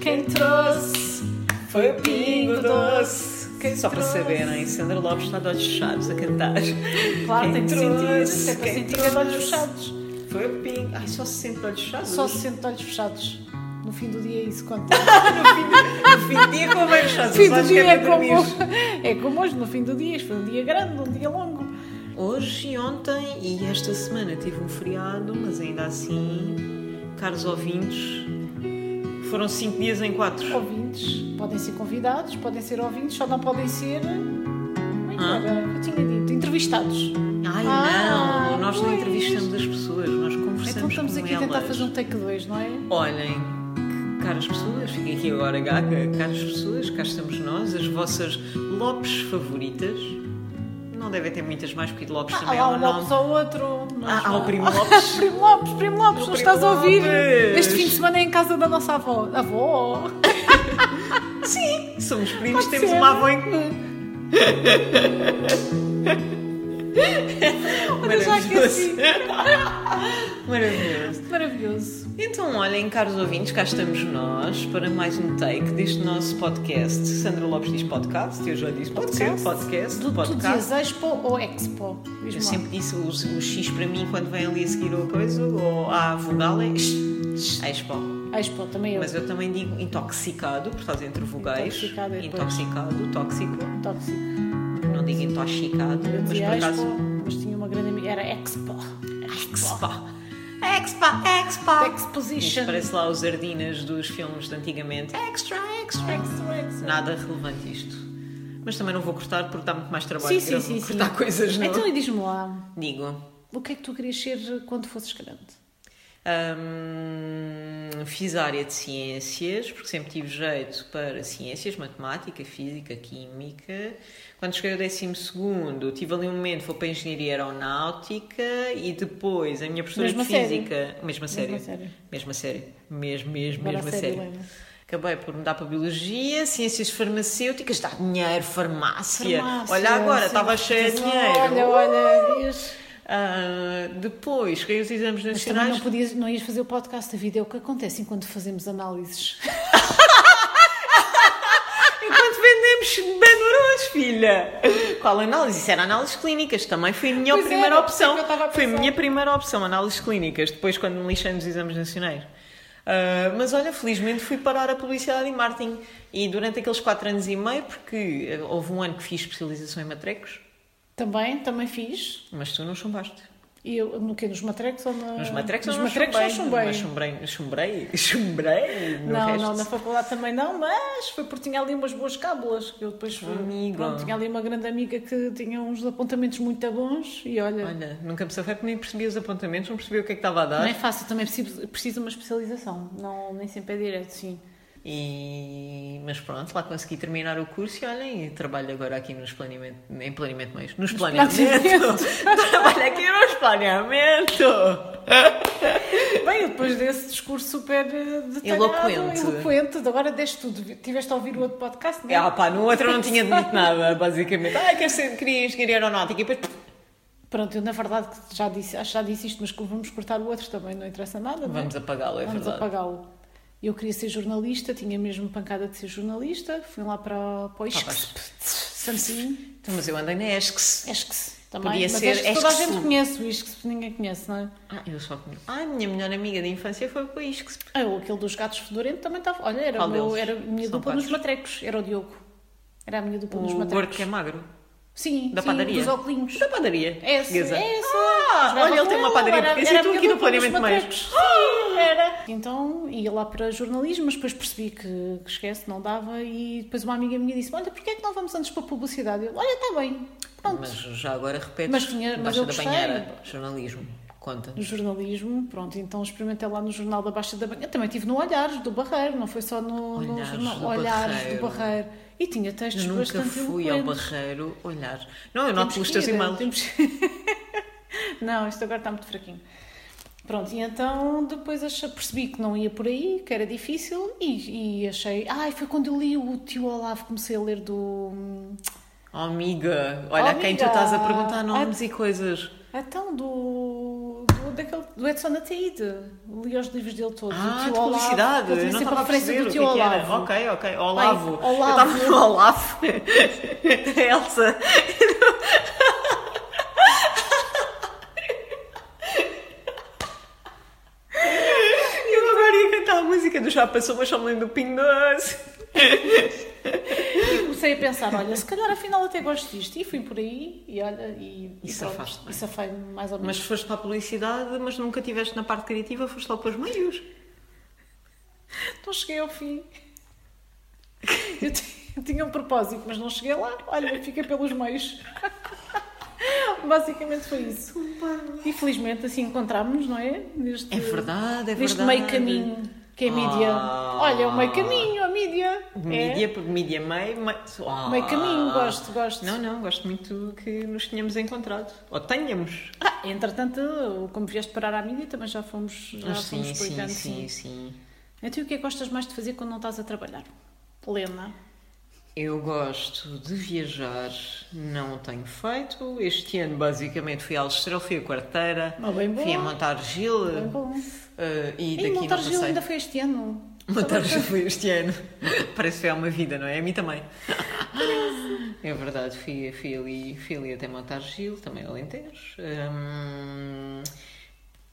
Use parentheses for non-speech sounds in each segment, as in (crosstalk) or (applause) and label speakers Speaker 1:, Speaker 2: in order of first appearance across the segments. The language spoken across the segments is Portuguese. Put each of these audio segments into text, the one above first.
Speaker 1: Quem trouxe foi o Pingo Doce.
Speaker 2: Quem
Speaker 1: Só
Speaker 2: trouxe?
Speaker 1: para saber, né? Sandra Lopes está de olhos fechados a cantar.
Speaker 2: Claro,
Speaker 1: Quem
Speaker 2: tem que
Speaker 1: trouxe?
Speaker 2: sentir isso, é para
Speaker 1: Quem
Speaker 2: sentir os olhos
Speaker 1: trouxe?
Speaker 2: fechados.
Speaker 1: Foi o Pingo. Ai, só se sente de olhos fechados.
Speaker 2: Só se sente de olhos fechados. No fim do dia é isso conta.
Speaker 1: No fim do dia com olhos
Speaker 2: No
Speaker 1: fechados.
Speaker 2: fim
Speaker 1: Os
Speaker 2: do
Speaker 1: olhos
Speaker 2: dia
Speaker 1: querem
Speaker 2: é
Speaker 1: dormir.
Speaker 2: como, (laughs) é como hoje, no fim do dia. Isto foi um dia grande, um dia longo.
Speaker 1: Hoje e ontem e esta semana tive um feriado, mas ainda assim, caros ouvintes, foram 5 dias em 4.
Speaker 2: Ouvintes, podem ser convidados, podem ser ouvintes, só não podem ser. Ai,
Speaker 1: Ah.
Speaker 2: cara, eu tinha dito, entrevistados.
Speaker 1: Ai
Speaker 2: Ah,
Speaker 1: não, nós não
Speaker 2: pois.
Speaker 1: entrevistamos as pessoas, nós conversamos
Speaker 2: Então estamos
Speaker 1: com
Speaker 2: aqui a
Speaker 1: elas.
Speaker 2: tentar fazer um take 2, não é?
Speaker 1: Olhem, caras pessoas, fiquem aqui agora gaga, caras pessoas, cá estamos nós, as vossas Lopes favoritas. Não devem ter muitas mais, porque de Lopes
Speaker 2: Há
Speaker 1: também
Speaker 2: lá
Speaker 1: é
Speaker 2: um
Speaker 1: um
Speaker 2: Lopes
Speaker 1: nome.
Speaker 2: ao outro. nós-
Speaker 1: Ah, há o Primo Lopes.
Speaker 2: Primo Lopes, Primo Lopes,
Speaker 1: O
Speaker 2: não
Speaker 1: Primo
Speaker 2: estás a ouvir?
Speaker 1: Lopes.
Speaker 2: Este fim de semana é em casa da nossa avó. Avó!
Speaker 1: Sim, somos primos,
Speaker 2: Ah, Pode
Speaker 1: temos
Speaker 2: ser.
Speaker 1: uma avó em comum.
Speaker 2: Olha, já aqueci.
Speaker 1: Maravilhoso.
Speaker 2: Maravilhoso.
Speaker 1: Então, olhem, caros ouvintes, cá estamos nós para mais um take deste nosso podcast. Sandra Lopes diz podcast, eu já disse podcast, podcast,
Speaker 2: Tu, tu
Speaker 1: podcast.
Speaker 2: dizias Expo ou Expo? Diz-me
Speaker 1: Eu
Speaker 2: lá.
Speaker 1: sempre disse o, o X para mim quando vem ali a seguir a coisa, ou a vogal é x, x, expo.
Speaker 2: Expo, também eu.
Speaker 1: Mas eu também digo intoxicado, por estás entre vogais.
Speaker 2: Intoxicado é depois.
Speaker 1: Intoxicado, tóxico.
Speaker 2: Tóxico.
Speaker 1: Não digo intoxicado, mas por
Speaker 2: Eu dizia Expo,
Speaker 1: acaso.
Speaker 2: mas tinha uma grande amiga. Era Expo.
Speaker 1: Expo! Expo! Expo! Isto
Speaker 2: Exposition.
Speaker 1: parece lá os ardinas dos filmes de antigamente. Extra, extra,
Speaker 2: Extra, extra.
Speaker 1: Nada relevante isto. Mas também não vou cortar porque dá muito mais trabalho
Speaker 2: Sim,
Speaker 1: gra-
Speaker 2: sim, sim, sim.
Speaker 1: cortar coisas, não?
Speaker 2: Então e diz-me lá,
Speaker 1: Digo.
Speaker 2: o que é que tu querias ser quando fosses grande?
Speaker 1: Hum, fiz a área de ciências, porque sempre tive jeito para ciências, matemática, física, química. Quando cheguei ao 12, tive ali um momento, foi para engenharia aeronáutica e depois a minha professora
Speaker 2: Mesma
Speaker 1: de
Speaker 2: série.
Speaker 1: física. Mesma série.
Speaker 2: série.
Speaker 1: Mesma série. Mesmo, mesmo,
Speaker 2: Agora a
Speaker 1: mesma
Speaker 2: série,
Speaker 1: série.
Speaker 2: Helena.
Speaker 1: Acabei por mudar para biologia, ciências farmacêuticas, dá dinheiro, farmácia.
Speaker 2: Farmácia,
Speaker 1: olha agora,
Speaker 2: sim.
Speaker 1: estava cheia de dinheiro.
Speaker 2: Olha, olha, vês?
Speaker 1: Ah, depois, cheguei aos exames
Speaker 2: Mas também
Speaker 1: nacionais.
Speaker 2: não, podias, não ias fazer o podcast da vida, é o que acontece enquanto fazemos análises. (laughs)
Speaker 1: Enquanto vendemos Benuros, filha. Qual análise? Isso era análises clínicas. Também foi a minha
Speaker 2: Pois é,
Speaker 1: primeira
Speaker 2: era por isso
Speaker 1: opção.
Speaker 2: que eu estava a
Speaker 1: Foi a
Speaker 2: pensar.
Speaker 1: minha primeira opção, análises clínicas. Depois, quando me lixei nos exames nacionais. Ah, mas olha, felizmente fui parar a publicidade e marketing. E durante aqueles 4 anos e meio, porque ah, houve um ano que fiz especialização em matrecos,
Speaker 2: também, também fiz.
Speaker 1: mas tu não chumbaste.
Speaker 2: E eu, no quê? Nos matrecos ou na...
Speaker 1: Nos matrecos
Speaker 2: Nos
Speaker 1: eu não
Speaker 2: Ah, matrecos
Speaker 1: chumbei,
Speaker 2: só chumbei.
Speaker 1: Mas chumbrei, chumbrei, chumbrei no
Speaker 2: Não,
Speaker 1: resto.
Speaker 2: não, na faculdade também não, mas foi porque tinha ali umas boas cábulas. que Eu depois fui,
Speaker 1: Amiga.
Speaker 2: pronto, tinha ali uma grande amiga que tinha uns apontamentos muito bons e olha,
Speaker 1: Olha, nunca me safei porque nem percebi os apontamentos, não percebi o que é que estava a dar.
Speaker 2: não é fácil, também preciso, preciso de uma especialização, não, nem sempre é direto, sim.
Speaker 1: E- mas pronto, lá consegui terminar o curso e olhem, e trabalho agora aqui nos planeamento, em planeamento meios, nos planeamento. (laughs) trabalho aqui nos planeamento.
Speaker 2: Bem, eu depois desse discurso super eh, detalhado,
Speaker 1: Eloquente.
Speaker 2: eloquente, de agora deste tudo, tiveste a ouvir o outro podcast, não é?
Speaker 1: Ah pá, no outro eu não tinha dito nada, basicamente. Ah, quero ser, queria engenharia aeronáutica e depois
Speaker 2: Pronto, eu na verdade que já disse, acho que já disse isto, mas que vamos cortar o outro também, não interessa nada, não é?
Speaker 1: vamos apagá-lo, é
Speaker 2: Vamos
Speaker 1: verdade.
Speaker 2: apagá-lo. Eu queria ser jornalista, tinha mesmo pancada de ser jornalista, fui lá para, para o
Speaker 1: mas-
Speaker 2: ISCS, Samsung,
Speaker 1: Então, mas eu andei na ESCS.
Speaker 2: ESCS também.
Speaker 1: Podia
Speaker 2: mas
Speaker 1: ser um.
Speaker 2: ESCS toda a
Speaker 1: ESCS.
Speaker 2: gente conhece, o ISCS ninguém conhece, não é?
Speaker 1: Ah, eu só conheço. Ah, a minha melhor amiga de infância foi para ISCS.
Speaker 2: Ah, eu, aquele dos gatos fedorento também estava, olha, era,
Speaker 1: Qual
Speaker 2: o meu,
Speaker 1: deles?
Speaker 2: era a minha
Speaker 1: São
Speaker 2: dupla nos
Speaker 1: quatro.
Speaker 2: matrecos, era o Diogo. Era a minha dupla nos
Speaker 1: O gordo
Speaker 2: matrecos.
Speaker 1: que é magro.
Speaker 2: Sim,
Speaker 1: Da
Speaker 2: sim,
Speaker 1: padaria?
Speaker 2: dos óculos.
Speaker 1: Da padaria.
Speaker 2: É esse,
Speaker 1: portuguesa.
Speaker 2: é esse.
Speaker 1: Ah,
Speaker 2: Jogava
Speaker 1: olha, ele
Speaker 2: com
Speaker 1: tem uma padaria
Speaker 2: era-
Speaker 1: portuguesa e
Speaker 2: era
Speaker 1: estou
Speaker 2: a
Speaker 1: aqui
Speaker 2: minha
Speaker 1: no
Speaker 2: dupla dos
Speaker 1: planeamento meios.
Speaker 2: matrecos.
Speaker 1: Ah,
Speaker 2: Sim, era. Então ia lá para jornalismo, mas depois percebi que, que esquece, não dava. E depois uma amiga minha disse: Olha, porquê é que não vamos antes para a publicidade? Eu, olha, está bem. Pronto.
Speaker 1: Mas já agora repete.
Speaker 2: Mas tinha- mas
Speaker 1: Baixa
Speaker 2: eu
Speaker 1: da
Speaker 2: gostei.
Speaker 1: banheira. Jornalismo. Conta.
Speaker 2: No jornalismo, pronto, então experimentei lá no Jornal da Baixa da Banha. Também tive no Olhares do Barreiro, não foi só no, no
Speaker 1: Olhares
Speaker 2: jornal.
Speaker 1: do
Speaker 2: Olhares
Speaker 1: Barreiro.
Speaker 2: do Barreiro. E tinha textos
Speaker 1: Eu nunca
Speaker 2: bastante
Speaker 1: fui ao
Speaker 2: eloquentes.
Speaker 1: barreiro olhar. Não, assim eu
Speaker 2: Temos
Speaker 1: noto os
Speaker 2: que
Speaker 1: teus
Speaker 2: ir,
Speaker 1: e-mails.
Speaker 2: temos- (laughs) não, isto agora está muito fraquinho. Pronto, e então depois achei, percebi que não ia por aí, que era difícil, e, e achei. Ai, foi quando eu li o tio Olavo, comecei a ler do.
Speaker 1: Oh, amiga, olha a quem tu
Speaker 2: Amiga.
Speaker 1: estás a perguntar nomes e coisas.
Speaker 2: Então, do. do, daquele, do Edson Ataíde. Li os livros dele todos.
Speaker 1: Ah,
Speaker 2: o
Speaker 1: de
Speaker 2: tio Olavo,
Speaker 1: publicidade.
Speaker 2: ele
Speaker 1: Eu
Speaker 2: tem
Speaker 1: não
Speaker 2: sempre
Speaker 1: estava
Speaker 2: a
Speaker 1: a
Speaker 2: referência
Speaker 1: perceber
Speaker 2: do
Speaker 1: o que, é
Speaker 2: tio
Speaker 1: que era.
Speaker 2: Olavo.
Speaker 1: Ok, ok. Olavo.
Speaker 2: Olavo.
Speaker 1: Eu estava no Olavo. (laughs) da Elsa. (laughs) Eu agora ia cantar a música do Já Passou, mas só me lembro do Pingo Doce.
Speaker 2: E comecei a pensar, olha, se calhar afinal até gosto disto. E fui por aí e olha, e,
Speaker 1: E
Speaker 2: pronto.
Speaker 1: safaste bem.
Speaker 2: E safei-me mais ou menos.
Speaker 1: Mas foste para a publicidade, mas nunca estiveste na parte criativa, foste só para os meios.
Speaker 2: Não Então cheguei ao fim. Eu ti- eu tinha um propósito, mas não cheguei lá. Olha, fica pelos meios. (laughs) Basicamente foi isso. E felizmente assim encontramos, não é? Neste,
Speaker 1: É verdade, é
Speaker 2: neste
Speaker 1: verdade.
Speaker 2: meio caminho que é a mídia.
Speaker 1: Ah.
Speaker 2: Olha, é o meio caminho, a mídia. É
Speaker 1: Mídia, porque mídia meio. Meio, Ah.
Speaker 2: Meio caminho, gosto, gosto.
Speaker 1: Não, não, gosto muito que nos tenhamos encontrado. Ou tenhamos.
Speaker 2: É. Ah, entretanto, como vieste parar à mídia, também já fomos, já
Speaker 1: Ah,
Speaker 2: fomos
Speaker 1: sim, sim,
Speaker 2: explicando.
Speaker 1: sim,
Speaker 2: Sim.
Speaker 1: sim.
Speaker 2: Então, e o que é que gostas mais de fazer quando não estás a trabalhar? Lena.
Speaker 1: Eu gosto de viajar, não o tenho feito. Este ano, basicamente, fui ao Estrela, fui a Quarteira,
Speaker 2: Ah, bem bom.
Speaker 1: fui a Montargil.
Speaker 2: Bem bom.
Speaker 1: eh, e
Speaker 2: E
Speaker 1: daqui não
Speaker 2: Montargil
Speaker 1: passei.
Speaker 2: ainda foi este ano.
Speaker 1: Montargil foi este ano. (laughs) Parece que foi há uma vida, não é? A mim também. É verdade, fui, fui, ali, fui ali até Montargil, também Alentejo. Hum,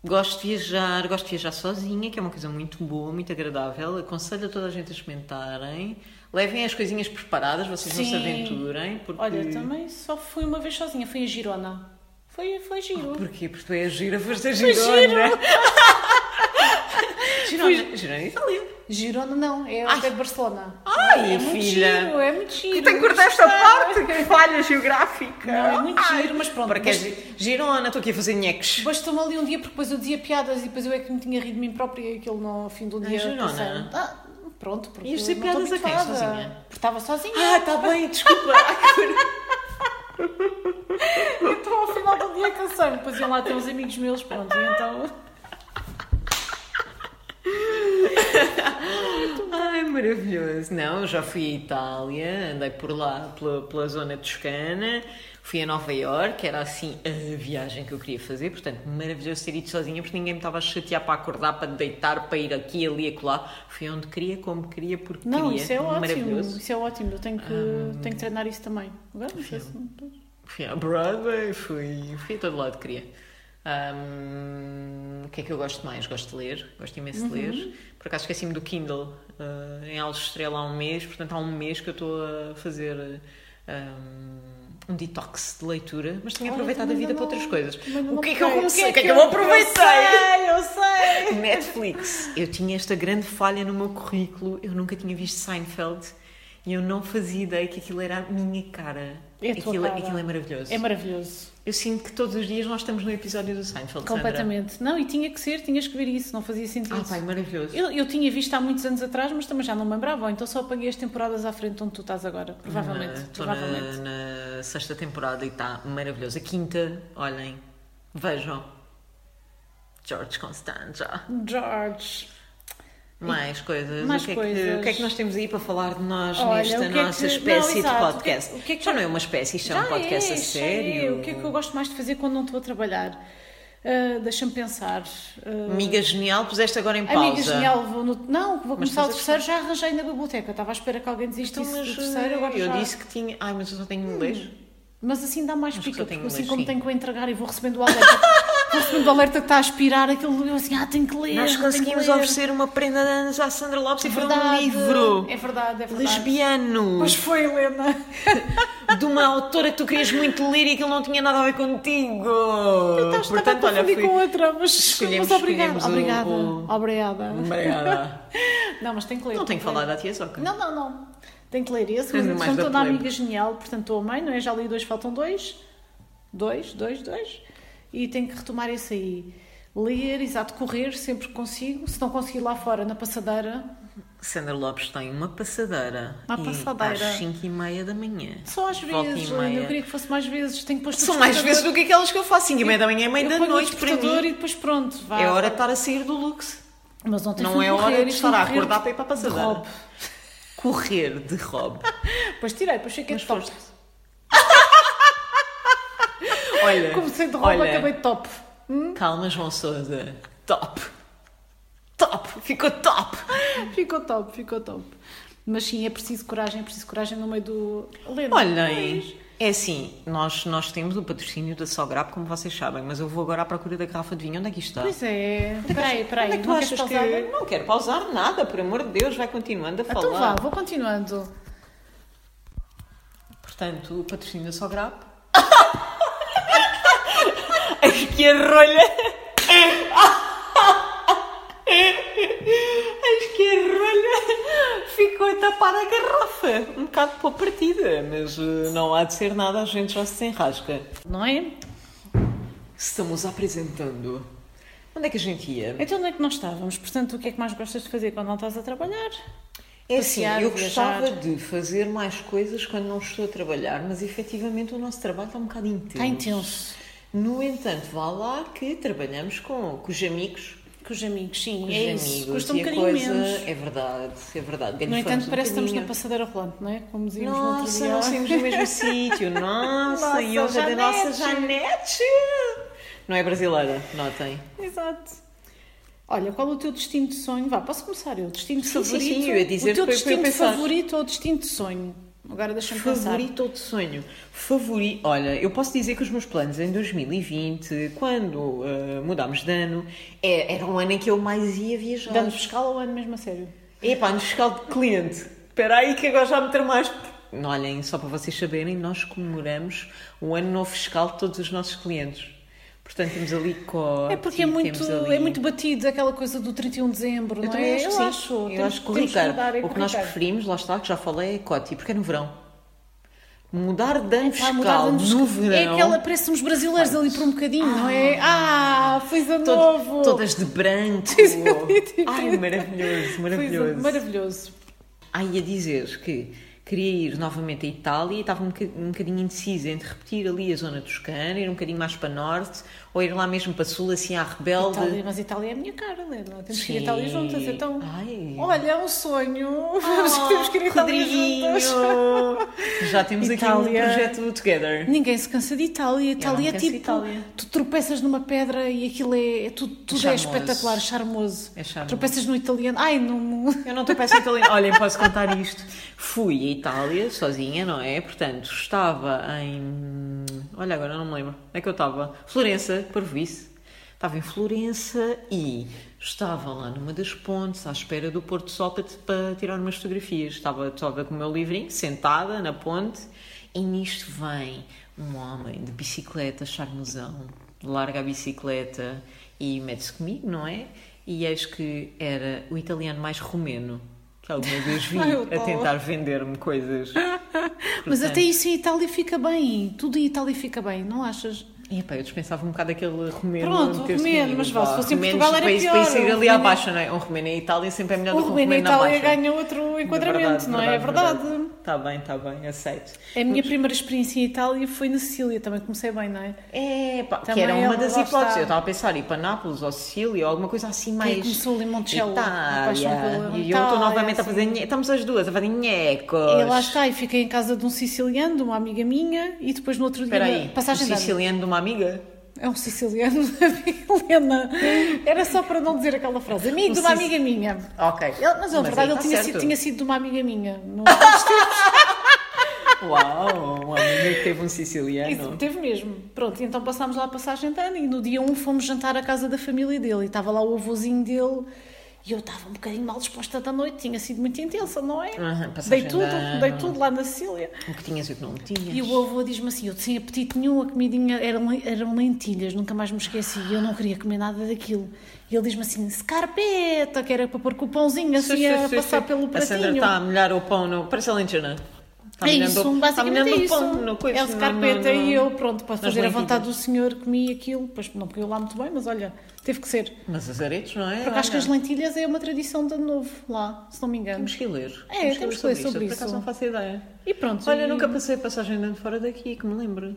Speaker 1: gosto de viajar, gosto de viajar sozinha, que é uma coisa muito boa, muito agradável. Aconselho a toda a gente a experimentarem. Levem as coisinhas preparadas, vocês não se
Speaker 2: Sim.
Speaker 1: aventurem. Porque...
Speaker 2: Olha, também só fui uma vez sozinha, fui em Girona. Foi, foi giro.
Speaker 1: Porquê? Porque tu és gira, foste a
Speaker 2: Foi
Speaker 1: Girona. (laughs)
Speaker 2: Girona.
Speaker 1: Girona, Girona, Itália.
Speaker 2: Girona não, é
Speaker 1: Ai.
Speaker 2: até Barcelona.
Speaker 1: Ai,
Speaker 2: é muito
Speaker 1: filha.
Speaker 2: giro, é muito giro.
Speaker 1: Que tem que cortar esta parte, que é falha geográfica.
Speaker 2: (laughs) Não, é muito giro, mas pronto,
Speaker 1: Para que é
Speaker 2: mas-
Speaker 1: gi- Girona, estou aqui a fazer nheques.
Speaker 2: Bastou-me ali um dia porque depois eu dizia piadas e depois eu é que me tinha rido de mim própria e aquilo no fim do
Speaker 1: Em
Speaker 2: dia.
Speaker 1: Girona?
Speaker 2: pensei, Ah, pronto, porque
Speaker 1: Ias dizer
Speaker 2: eu não estou
Speaker 1: piadas a quem?
Speaker 2: habituada.
Speaker 1: Sozinha?
Speaker 2: Porque estava sozinha. tá.
Speaker 1: Ah, está bem, desculpa.
Speaker 2: Então ao final do dia cansei-me. Depois iam lá ter uns amigos meus, pronto, e então...
Speaker 1: Ai, maravilhoso. Não, já fui à Itália, andei por lá, pela, pela zona toscana, fui a Nova Iorque, era assim a viagem que eu queria fazer, portanto, maravilhoso ter ido sozinha, porque ninguém me estava a chatear para acordar, para deitar, para ir aqui, ali, acolá. Fui onde queria, como queria, porque
Speaker 2: Não,
Speaker 1: queria.
Speaker 2: isso é ótimo,
Speaker 1: Maravilhoso.
Speaker 2: isso é ótimo. Eu tenho que, tenho que treinar isso também. assim, Agora não sei se...
Speaker 1: Fui à Broadway, fui, fui a todo lado que queria. Ahm, o que é que eu gosto mais? Gosto de ler, gosto imenso de
Speaker 2: Uhum.
Speaker 1: ler. Por acaso esqueci-me do Kindle ah, em Alves Estrela há um mês, portanto há um mês que eu estou a fazer ah, um detox de leitura, mas tinha
Speaker 2: Olha,
Speaker 1: aproveitado a
Speaker 2: também
Speaker 1: vida para
Speaker 2: não-
Speaker 1: outras coisas.
Speaker 2: também não
Speaker 1: O que é que eu
Speaker 2: aproveitei.
Speaker 1: comecei? O que é que eu aproveitei?
Speaker 2: Eu sei, eu sei.
Speaker 1: Netflix. Eu tinha esta grande falha no meu currículo, eu nunca tinha visto Seinfeld e eu não fazia ideia que aquilo era a minha cara.
Speaker 2: É a tua
Speaker 1: aquilo,
Speaker 2: cara.
Speaker 1: aquilo é maravilhoso.
Speaker 2: É maravilhoso,
Speaker 1: Eu sinto que todos os dias nós estamos no episódio do Seinfeld. Sandra.
Speaker 2: completamente. Não, e tinha que ser, tinhas que ver isso, não fazia sentido.
Speaker 1: Ah, pai, maravilhoso.
Speaker 2: eu, eu tinha visto há muitos anos atrás, mas também já não me lembrava, ou então só apanhei as temporadas à frente onde tu estás agora, provavelmente.
Speaker 1: Estou Hum, na,
Speaker 2: provavelmente.
Speaker 1: na sexta temporada e está maravilhoso. A quinta, olhem, vejam. George Constanza.
Speaker 2: George.
Speaker 1: Mais coisas.
Speaker 2: mais
Speaker 1: o, que É que,
Speaker 2: coisas.
Speaker 1: o que é que nós temos aí para falar de nós
Speaker 2: Olha, o que
Speaker 1: nesta
Speaker 2: é que-
Speaker 1: nossa
Speaker 2: não,
Speaker 1: espécie de
Speaker 2: exato, o que-
Speaker 1: podcast?
Speaker 2: o que é que-
Speaker 1: Já não é uma espécie, isto é um podcast a
Speaker 2: já
Speaker 1: sério.
Speaker 2: é. O que é que eu gosto mais de fazer quando não estou a trabalhar? Ah, Deixa-me pensar. Ah,
Speaker 1: Amiga Genial, puseste agora em pausa.
Speaker 2: Amiga genial, vou no... Não, vou
Speaker 1: Mas
Speaker 2: começar o
Speaker 1: tens a
Speaker 2: terceiro, já arranjei na biblioteca. Estava à espera que alguém
Speaker 1: Então,
Speaker 2: desistisse
Speaker 1: mas,
Speaker 2: do terceiro, agora
Speaker 1: eu
Speaker 2: já...
Speaker 1: disse que tinha. Ai, mas eu só
Speaker 2: um
Speaker 1: tenho inglês.
Speaker 2: Mas assim dá mais
Speaker 1: Acho que
Speaker 2: pica,
Speaker 1: só tenho
Speaker 2: porque assim
Speaker 1: inglês,
Speaker 2: como
Speaker 1: sim.
Speaker 2: tenho que o entregar e vou recebendo o alerta, (laughs) vou recebendo o alerta que está a aspirar, aquilo eu assim, ah, tenho que ler.
Speaker 1: Nós
Speaker 2: tenho que
Speaker 1: conseguimos
Speaker 2: ler. É
Speaker 1: oferecer uma prenda de anos à Sandra Lopes e foi um
Speaker 2: Verdade,
Speaker 1: livro Ah,
Speaker 2: É verdade, é verdade.
Speaker 1: lesbiano
Speaker 2: Pois foi, (laughs) Helena.
Speaker 1: de uma autora que tu querias muito ler e que ele não tinha nada a ver contigo.
Speaker 2: Estás Portanto, a confundir
Speaker 1: (laughs)
Speaker 2: com outra, mas,
Speaker 1: escolhemos-
Speaker 2: mas obrigada.
Speaker 1: escolhemos o-
Speaker 2: Obrigada.
Speaker 1: o-
Speaker 2: Obrigada.
Speaker 1: Obrigada.
Speaker 2: Não, mas tenho que ler.
Speaker 1: Não tenho que
Speaker 2: que ler.
Speaker 1: falar da tia Soca.
Speaker 2: Não, não, não. Tenho que ler esse, mas
Speaker 1: Tá. Mais
Speaker 2: entretanto
Speaker 1: da
Speaker 2: estou na
Speaker 1: plebe.
Speaker 2: Amiga Genial, portanto estou a mãe, não é? Já li dois, faltam dois. Dois, dois, dois. E tenho que retomar esse aí. Ler, exato, correr sempre que consigo. Se não conseguir lá fora, na passadeira,
Speaker 1: Sandra Lopes tem uma passadeira.
Speaker 2: Uma
Speaker 1: e
Speaker 2: passadeira.
Speaker 1: Às 5 e meia da manhã.
Speaker 2: só às
Speaker 1: Volta e
Speaker 2: vezes, Helena, eu
Speaker 1: meia.
Speaker 2: queria que fosse mais vezes. Tenho que pôr
Speaker 1: São mais vezes do que aquelas que eu faço. 5 e meia da manhã é meia
Speaker 2: eu
Speaker 1: da
Speaker 2: ponho o
Speaker 1: noite para
Speaker 2: despertador
Speaker 1: mim.
Speaker 2: e depois pronto, vá.
Speaker 1: É hora de estar a sair do luxo.
Speaker 2: Mas ontem
Speaker 1: Não
Speaker 2: fui
Speaker 1: é hora
Speaker 2: correr,
Speaker 1: de
Speaker 2: isto
Speaker 1: estar a
Speaker 2: correr
Speaker 1: acordar para ir para a
Speaker 2: de
Speaker 1: passadeira.
Speaker 2: robe.
Speaker 1: Correr de robe.
Speaker 2: (laughs) Depois tirei, depois fiquei
Speaker 1: Mas
Speaker 2: de top.
Speaker 1: Olha,
Speaker 2: Comecei de robe,
Speaker 1: olha,
Speaker 2: acabei de top.
Speaker 1: Calma, João Sousa. Top. Top. Ficou top.
Speaker 2: Ficou top, ficou top. Mas sim, é preciso coragem, é preciso coragem no meio do. Ler.
Speaker 1: Olhem. É assim, nós, nós temos o patrocínio da Sograp, como vocês sabem, mas eu vou agora à procura da garrafa de vinho. Onde é que isto está?
Speaker 2: Pois é.
Speaker 1: Onde é que-
Speaker 2: Peraí, peraí.
Speaker 1: Onde é que tu
Speaker 2: não
Speaker 1: achas
Speaker 2: queres
Speaker 1: que...
Speaker 2: pausar?
Speaker 1: Não quero pausar nada, por amor de Deus, vai continuando a falar.
Speaker 2: Então vá, vou continuando.
Speaker 1: Portanto, o patrocínio da Sograp. (laughs) Ai, que arrolha! Ai, que arrolha! Ficou a tapar a garrafa. Um bocado para a partida, mas eh, não há de ser nada, a gente já se enrasca.
Speaker 2: Não é?
Speaker 1: Estamos apresentando. Onde é que a gente ia?
Speaker 2: Então onde é que nós estávamos? Portanto, o que é que mais gostas de fazer quando não estás a trabalhar?
Speaker 1: É assim,
Speaker 2: passear,
Speaker 1: eu
Speaker 2: viajar.
Speaker 1: gostava de fazer mais coisas quando não estou a trabalhar, mas efetivamente o nosso trabalho está um bocado intenso.
Speaker 2: Está intenso.
Speaker 1: No entanto, vá lá que trabalhamos com, com os amigos.
Speaker 2: Com os amigos, sim.
Speaker 1: Com os
Speaker 2: é
Speaker 1: amigos.
Speaker 2: isso. Custa um
Speaker 1: e a
Speaker 2: bocadinho
Speaker 1: coisa
Speaker 2: menos.
Speaker 1: é verdade, é verdade.
Speaker 2: No entanto, parece que estamos na
Speaker 1: passeio.
Speaker 2: passadeira rolante, não é? Como dizíamos no outro
Speaker 1: Nossa,
Speaker 2: dia.
Speaker 1: nós saímos do mesmo
Speaker 2: (laughs)
Speaker 1: sítio. Nossa,
Speaker 2: Nossa,
Speaker 1: e honra da nossa
Speaker 2: Janete.
Speaker 1: Janete. Não é brasileira, notem.
Speaker 2: Exato. Olha, qual o teu destino de sonho? Vá, posso começar eu. Destino
Speaker 1: Sim,
Speaker 2: favorito.
Speaker 1: sim, sim, eu ia dizer
Speaker 2: o teu
Speaker 1: para- para eu
Speaker 2: destino
Speaker 1: pensar.
Speaker 2: favorito ou destino de sonho? Agora deixa-me pensar.
Speaker 1: Favorito ou de sonho? Favorito. Olha, eu posso dizer que os meus planos em 2020, quando ah, mudámos de ano, é- era um ano em que eu mais ia viajar.
Speaker 2: Dando fiscal ou ano mesmo a sério?
Speaker 1: Epá, no fiscal de cliente. Espera aí que agora já me tramaste. Olhem, só para vocês saberem, nós comemoramos o ano novo fiscal de todos os nossos clientes. Portanto, temos ali com
Speaker 2: É porque é muito, é muito batido aquela coisa do 31 de dezembro,
Speaker 1: Eu
Speaker 2: não
Speaker 1: também
Speaker 2: é?
Speaker 1: acho que
Speaker 2: eu
Speaker 1: sim.
Speaker 2: acho.
Speaker 1: Eu acho
Speaker 2: Temos-
Speaker 1: que
Speaker 2: temos
Speaker 1: corriqueiro.
Speaker 2: mudar, é
Speaker 1: O que nós
Speaker 2: corriqueiro.
Speaker 1: preferimos, lá está, que já falei, é Coti, porque é no verão. Mudar de ano
Speaker 2: Pá,
Speaker 1: fiscal
Speaker 2: mudar de ano
Speaker 1: no
Speaker 2: fiscal.
Speaker 1: verão.
Speaker 2: É aquela, parecemos brasileiros ali por um bocadinho, não é? Ah, fez a
Speaker 1: Todo-
Speaker 2: novo!
Speaker 1: Todas de
Speaker 2: (laughs)
Speaker 1: branco. Ai, maravilhoso,
Speaker 2: Foi
Speaker 1: maravilhoso.
Speaker 2: é, maravilhoso.
Speaker 1: Ah, ia dizer que queria ir novamente à Itália e estava um boca- um bocadinho indecisa entre repetir ali a zona toscana, ir um bocadinho mais para norte ou ir lá mesmo para sul, assim à rebelde.
Speaker 2: Itália, mas Itália é a minha cara, Helena. Temos que ir à
Speaker 1: Sim.
Speaker 2: Itália juntas, então.
Speaker 1: Ai.
Speaker 2: Olha, é um (laughs) sonho. Vamos
Speaker 1: Oh,
Speaker 2: temos que ir à Itália
Speaker 1: Rodriguinho!
Speaker 2: juntas.
Speaker 1: Já temos
Speaker 2: Itália.
Speaker 1: aqui um projeto together.
Speaker 2: Ninguém se cansa de Itália.
Speaker 1: não me
Speaker 2: Itália é
Speaker 1: canso de
Speaker 2: tipo.
Speaker 1: Itália.
Speaker 2: Tu tropeças numa pedra e aquilo é. é tudo tudo é
Speaker 1: Charmoso.
Speaker 2: espetacular, charmoso.
Speaker 1: É charmoso.
Speaker 2: Tropeças no italiano. Ai, não.
Speaker 1: (laughs) Eu não estou peça italiana. Olhem, posso contar isto. Fui à Itália sozinha, não é? Portanto, estava em. Olha, agora não me lembro. Onde é que eu estava? Florença, Parvoíce. Estava em Florença e estava lá numa das pontes à espera do Porto Sol para, para tirar umas fotografias. Estava, estava com o meu livrinho, sentada na ponte, e nisto vem um homem de bicicleta, charmosão, larga a bicicleta e mete-se comigo, não é? E eis que era o italiano mais romeno que alguma vez vi
Speaker 2: (laughs) Ai, eu
Speaker 1: a
Speaker 2: adoro.
Speaker 1: tentar vender-me coisas.
Speaker 2: Mas
Speaker 1: Portanto.
Speaker 2: até isso em Itália fica bem. Tudo em Itália fica bem, não achas?
Speaker 1: E epá, eu dispensava um bocado aquele romeno.
Speaker 2: Pronto,
Speaker 1: meter-se
Speaker 2: romeno,
Speaker 1: comigo,
Speaker 2: mas vá, se fosse em
Speaker 1: Romenos,
Speaker 2: Portugal era
Speaker 1: para isso-
Speaker 2: pior,
Speaker 1: Para isso
Speaker 2: um
Speaker 1: ir ali
Speaker 2: romeno-
Speaker 1: abaixo, não é? Um romeno em Itália sempre é melhor
Speaker 2: O
Speaker 1: do que um
Speaker 2: Romeno
Speaker 1: romeno
Speaker 2: e
Speaker 1: na baixa.
Speaker 2: Itália ganha outro enquadramento, não é? É verdade.
Speaker 1: Está Tá bem, está bem, aceito.
Speaker 2: A minha primeira experiência em Itália foi na Sicília, também comecei bem, não é?
Speaker 1: É, pá, que
Speaker 2: Também
Speaker 1: era
Speaker 2: é
Speaker 1: uma
Speaker 2: uma
Speaker 1: das
Speaker 2: lá
Speaker 1: hipóteses.
Speaker 2: está.
Speaker 1: Eu estava a pensar ir para Nápoles ou Sicília ou alguma coisa assim mais.
Speaker 2: é começou ali Monticello, a
Speaker 1: Itália.
Speaker 2: paixão pela
Speaker 1: E eu estou
Speaker 2: Itália,
Speaker 1: novamente a
Speaker 2: assim.
Speaker 1: fazer. nhe- Estamos as duas a fazer nhecos.
Speaker 2: E lá está, e fiquei em casa de um siciliano, de uma amiga minha, e depois no outro dia.
Speaker 1: Espera aí,
Speaker 2: passagem
Speaker 1: o
Speaker 2: de ano.
Speaker 1: siciliano de uma amiga?
Speaker 2: É um siciliano, Helena. Era só para não dizer aquela frase. Amigo de uma
Speaker 1: Um
Speaker 2: amiga minha.
Speaker 1: Ok.
Speaker 2: Ele- mas é, na
Speaker 1: aí
Speaker 2: verdade ele
Speaker 1: tá
Speaker 2: tinha
Speaker 1: certo. Ah,
Speaker 2: sido, tinha sido de uma amiga minha. Não,
Speaker 1: Uau, uma amiga que teve um siciliano.
Speaker 2: isso, teve mesmo. Pronto, e então passámos lá a passagem de ano e no dia 1 fomos jantar à casa da família dele e estava lá o avôzinho dele e eu estava um bocadinho mal disposta da noite, tinha sido muito intensa, não é?
Speaker 1: Aham, passagem
Speaker 2: dei
Speaker 1: de
Speaker 2: tudo,
Speaker 1: ano.
Speaker 2: dei tudo lá na Sicília.
Speaker 1: O que tinhas e o que não tinhas.
Speaker 2: E o avô diz-me assim: eu sem apetite nenhum, a comidinha eram, eram lentilhas, nunca mais me esqueci, e eu não queria comer nada daquilo. E ele diz-me assim: scarpeta, que era para pôr com o pãozinho assim
Speaker 1: Sim,
Speaker 2: a
Speaker 1: sim, sim,
Speaker 2: passar
Speaker 1: sim.
Speaker 2: pelo
Speaker 1: A Sandra
Speaker 2: pratinho.
Speaker 1: está a molhar o pão no. Parece a lentejana. Está
Speaker 2: é
Speaker 1: molhando-
Speaker 2: isso,
Speaker 1: está
Speaker 2: basicamente
Speaker 1: molhando
Speaker 2: é
Speaker 1: o
Speaker 2: isso.
Speaker 1: pão no coice,
Speaker 2: é o
Speaker 1: no-
Speaker 2: scarpeta
Speaker 1: no-
Speaker 2: e eu, pronto, para
Speaker 1: nas
Speaker 2: fazer a vontade do
Speaker 1: lentilhas.
Speaker 2: senhor, comi aquilo, pois não caiu lá muito bem, mas olha, teve que ser.
Speaker 1: Mas as aretes, não é?
Speaker 2: Porque acho que as
Speaker 1: Olha,
Speaker 2: lentilhas é uma tradição de ano novo lá, se não me engano.
Speaker 1: Temos que ler.
Speaker 2: É, temos que ler
Speaker 1: isto.
Speaker 2: sobre
Speaker 1: Por acaso
Speaker 2: isso.
Speaker 1: não faço ideia.
Speaker 2: E pronto.
Speaker 1: Olha,
Speaker 2: e-
Speaker 1: nunca passei a passagem de ano fora daqui, que me lembro.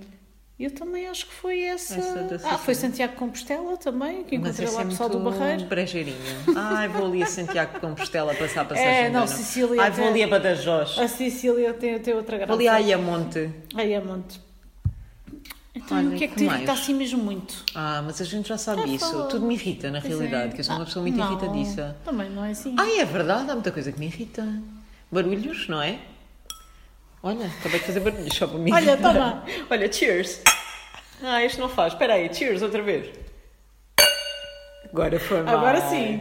Speaker 2: Eu também acho que foi essa.
Speaker 1: Essa da Sicília.
Speaker 2: ah, foi Santiago de Compostela também, que
Speaker 1: Mas
Speaker 2: encontrei
Speaker 1: esse
Speaker 2: lá
Speaker 1: é
Speaker 2: o pessoal do
Speaker 1: muito
Speaker 2: Barreiro.
Speaker 1: brejeirinho. Ai, vou ali a Santiago de Compostela passar a passagem
Speaker 2: (laughs) É,
Speaker 1: de
Speaker 2: não,
Speaker 1: ano.
Speaker 2: Sicília Ah,
Speaker 1: Ai, vou
Speaker 2: até-
Speaker 1: ali a Badajoz.
Speaker 2: A Sicília tem, tem outra graça.
Speaker 1: Vou ali a Iamonte.
Speaker 2: Ai, é monte. Então, e
Speaker 1: Olha,
Speaker 2: o que é que
Speaker 1: que
Speaker 2: te
Speaker 1: mais?
Speaker 2: irrita assim mesmo muito?
Speaker 1: Ah, mas a gente já sabe
Speaker 2: Já
Speaker 1: isso.
Speaker 2: É, falou.
Speaker 1: Tudo me irrita, na
Speaker 2: Pois é.
Speaker 1: realidade, que eu sou uma
Speaker 2: Ah,
Speaker 1: pessoa muito
Speaker 2: não,
Speaker 1: irritadiça.
Speaker 2: Também não é assim.
Speaker 1: Ah, é verdade, há muita coisa que me irrita. Barulhos, não é? Olha, acabei de fazer barulhos só para mim. (laughs)
Speaker 2: Olha, toma.
Speaker 1: Olha, cheers. Ah, este não faz. Espera aí, cheers outra vez. Agora foi mais.
Speaker 2: Agora sim.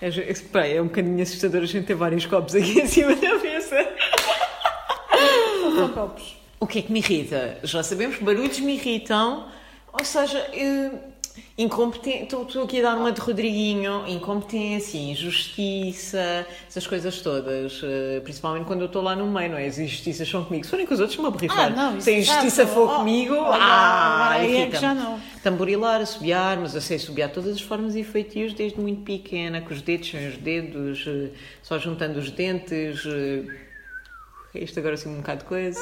Speaker 1: É, ju- espera aí, é um bocadinho assustador a gente ter vários copos aqui (laughs) em cima da mesa.
Speaker 2: São copos.
Speaker 1: O que é que me irrita? Já sabemos que barulhos me irritam, ou seja, incompetência. Estou estou aqui a dar uma de Rodriguinho, incompetência, injustiça, essas coisas todas. eh, Principalmente quando eu estou lá no meio, não é? As injustiças são comigo. Se forem com os outros, me aborrifar.
Speaker 2: Ah, não, isso
Speaker 1: Se a injustiça
Speaker 2: já não.
Speaker 1: for
Speaker 2: Oh,
Speaker 1: comigo,
Speaker 2: olha,
Speaker 1: ah,
Speaker 2: agora aí é que
Speaker 1: irrita-me.
Speaker 2: já não.
Speaker 1: Tamborilar, assobiar, mas eu sei assobiar de todas as formas e feitios desde muito pequena, com os dedos sem os dedos, eh, só juntando os dentes. eh. Isto agora assim um bocado de coisa.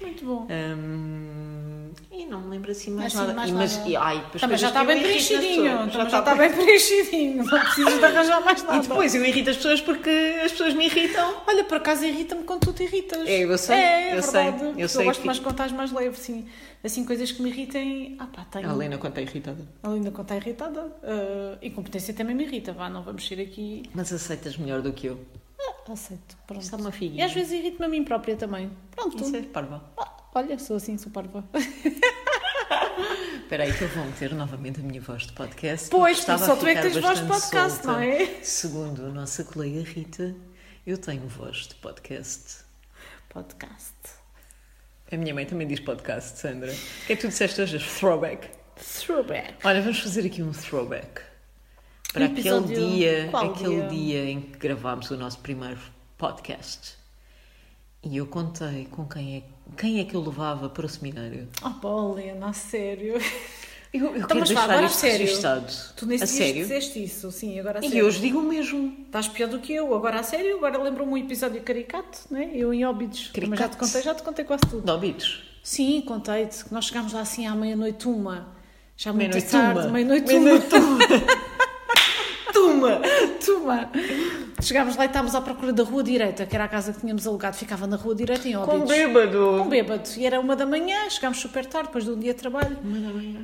Speaker 2: Muito bom.
Speaker 1: Hum, e não me lembro assim mais
Speaker 2: Assim,
Speaker 1: nada.
Speaker 2: mais
Speaker 1: E, mas,
Speaker 2: nada.
Speaker 1: E, ai, depois
Speaker 2: Também
Speaker 1: coisas
Speaker 2: Tá, já
Speaker 1: que
Speaker 2: está
Speaker 1: eu um
Speaker 2: bem
Speaker 1: irrito nas pessoas.
Speaker 2: preenchidinho.
Speaker 1: tá
Speaker 2: Também já está bem preenchidinho. Não precisas de arranjar mais nada.
Speaker 1: E depois eu irrito as pessoas porque as pessoas me irritam.
Speaker 2: Olha, por acaso irrita-me quando tu te irritas.
Speaker 1: É, eu sei,
Speaker 2: É, é
Speaker 1: eu sei,
Speaker 2: verdade.
Speaker 1: eu
Speaker 2: Porque
Speaker 1: sei
Speaker 2: gosto
Speaker 1: que-
Speaker 2: mais quando estás mais leve, sim. Assim, coisas que me irritem. Ah, pá, tenho.
Speaker 1: A Helena quando está irritada.
Speaker 2: A Linda quando está irritada. Ah, incompetência também me irrita, vá, não vamos ir aqui.
Speaker 1: Mas aceitas melhor do que eu.
Speaker 2: Ah, aceito, pronto.
Speaker 1: Está é uma
Speaker 2: E
Speaker 1: filhinha.
Speaker 2: às vezes irrito-me a mim própria também. Pronto.
Speaker 1: Isso é parva.
Speaker 2: Ah, olha, sou assim, sou parva.
Speaker 1: Espera aí que eu vou meter novamente a minha voz de podcast.
Speaker 2: Pois,
Speaker 1: Estava
Speaker 2: porque só
Speaker 1: a
Speaker 2: tu é que
Speaker 1: ficar
Speaker 2: tens voz de
Speaker 1: bastante
Speaker 2: podcast,
Speaker 1: solta.
Speaker 2: não é?
Speaker 1: Segundo a nossa colega Rita, eu tenho voz de podcast.
Speaker 2: Podcast.
Speaker 1: A minha mãe também diz podcast, Sandra. O que é que tu disseste hoje? Throwback.
Speaker 2: Throwback.
Speaker 1: Olha, vamos fazer aqui um throwback para
Speaker 2: Um episódio-
Speaker 1: aquele dia,
Speaker 2: qual
Speaker 1: aquele
Speaker 2: dia?
Speaker 1: dia? em que gravámos o nosso primeiro podcast. E eu contei com quem é, quem é que eu levava para o seminário.
Speaker 2: Ah, pá, Helena, a sério.
Speaker 1: Eu, eu
Speaker 2: mas
Speaker 1: quero
Speaker 2: vá, agora
Speaker 1: deixar
Speaker 2: a
Speaker 1: isto
Speaker 2: sério.
Speaker 1: registado.
Speaker 2: Tu nem
Speaker 1: a sério.
Speaker 2: disseste isso, sim, agora a
Speaker 1: E
Speaker 2: sério.
Speaker 1: hoje digo o mesmo.
Speaker 2: Estás pior do que eu, agora a sério, agora lembro-me um episódio caricato, né? Eu em Óbidos. Mas já te
Speaker 1: Caricato.
Speaker 2: contei, já te contei quase tudo.
Speaker 1: Dobitos.
Speaker 2: Sim, contei-te que nós chegámos lá assim à meia-noite uma. Já muito
Speaker 1: Meia-noite
Speaker 2: tarde,
Speaker 1: uma.
Speaker 2: meia-noite uma.
Speaker 1: Meia-noite Tuma!
Speaker 2: Tuma. Chegámos lá e estávamos à procura da rua direita, que era a casa que tínhamos alugado, ficava na rua direita em
Speaker 1: Com
Speaker 2: Óbidos. Um
Speaker 1: bêbado!
Speaker 2: bêbado. E era uma da manhã, chegámos super tarde, depois de um dia de trabalho.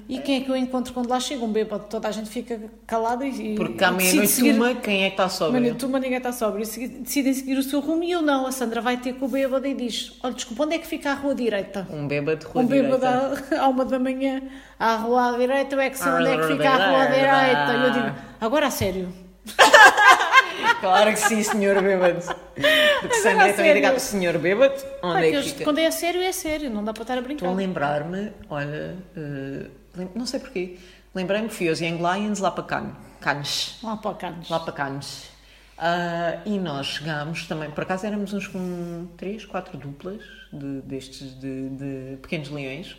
Speaker 2: E quem é que eu encontro quando lá chego? Um bêbado. Toda a gente fica calada e.
Speaker 1: Porque à
Speaker 2: e decide
Speaker 1: meia-noite
Speaker 2: seguir-
Speaker 1: uma, quem é que está sóbrio?
Speaker 2: Mano, tu, mas ninguém está sóbrio. Segui- Decidem seguir o seu rumo e eu não. A Sandra vai ter com o bêbado e diz: Olha, desculpa, onde é que fica a rua direita?
Speaker 1: Um bêbado rua
Speaker 2: Um bêbado
Speaker 1: direita.
Speaker 2: à, (laughs) à uma da manhã, à rua à direita, eu é que sei onde é que fica a rua à direita. E eu digo: Agora a sério.
Speaker 1: Claro que sim, senhor
Speaker 2: (laughs)
Speaker 1: bêbado. Porque
Speaker 2: Agora, a
Speaker 1: Sandra também
Speaker 2: sério.
Speaker 1: diga, senhor bêbado,
Speaker 2: Pá,
Speaker 1: onde é
Speaker 2: que
Speaker 1: que
Speaker 2: eles-
Speaker 1: fica? Então
Speaker 2: Quando é a sério, é sério, não dá para estar a brincar.
Speaker 1: Estou a lembrar-me, olha, eh, lem- não sei porquê, lembrei-me que fui aos Young Lions lá para Cannes, Cannes
Speaker 2: Lá para o Canos.
Speaker 1: lá para Cannes. Ah, e nós chegámos também, por acaso éramos uns com três, quatro duplas de- destes de, de pequenos leões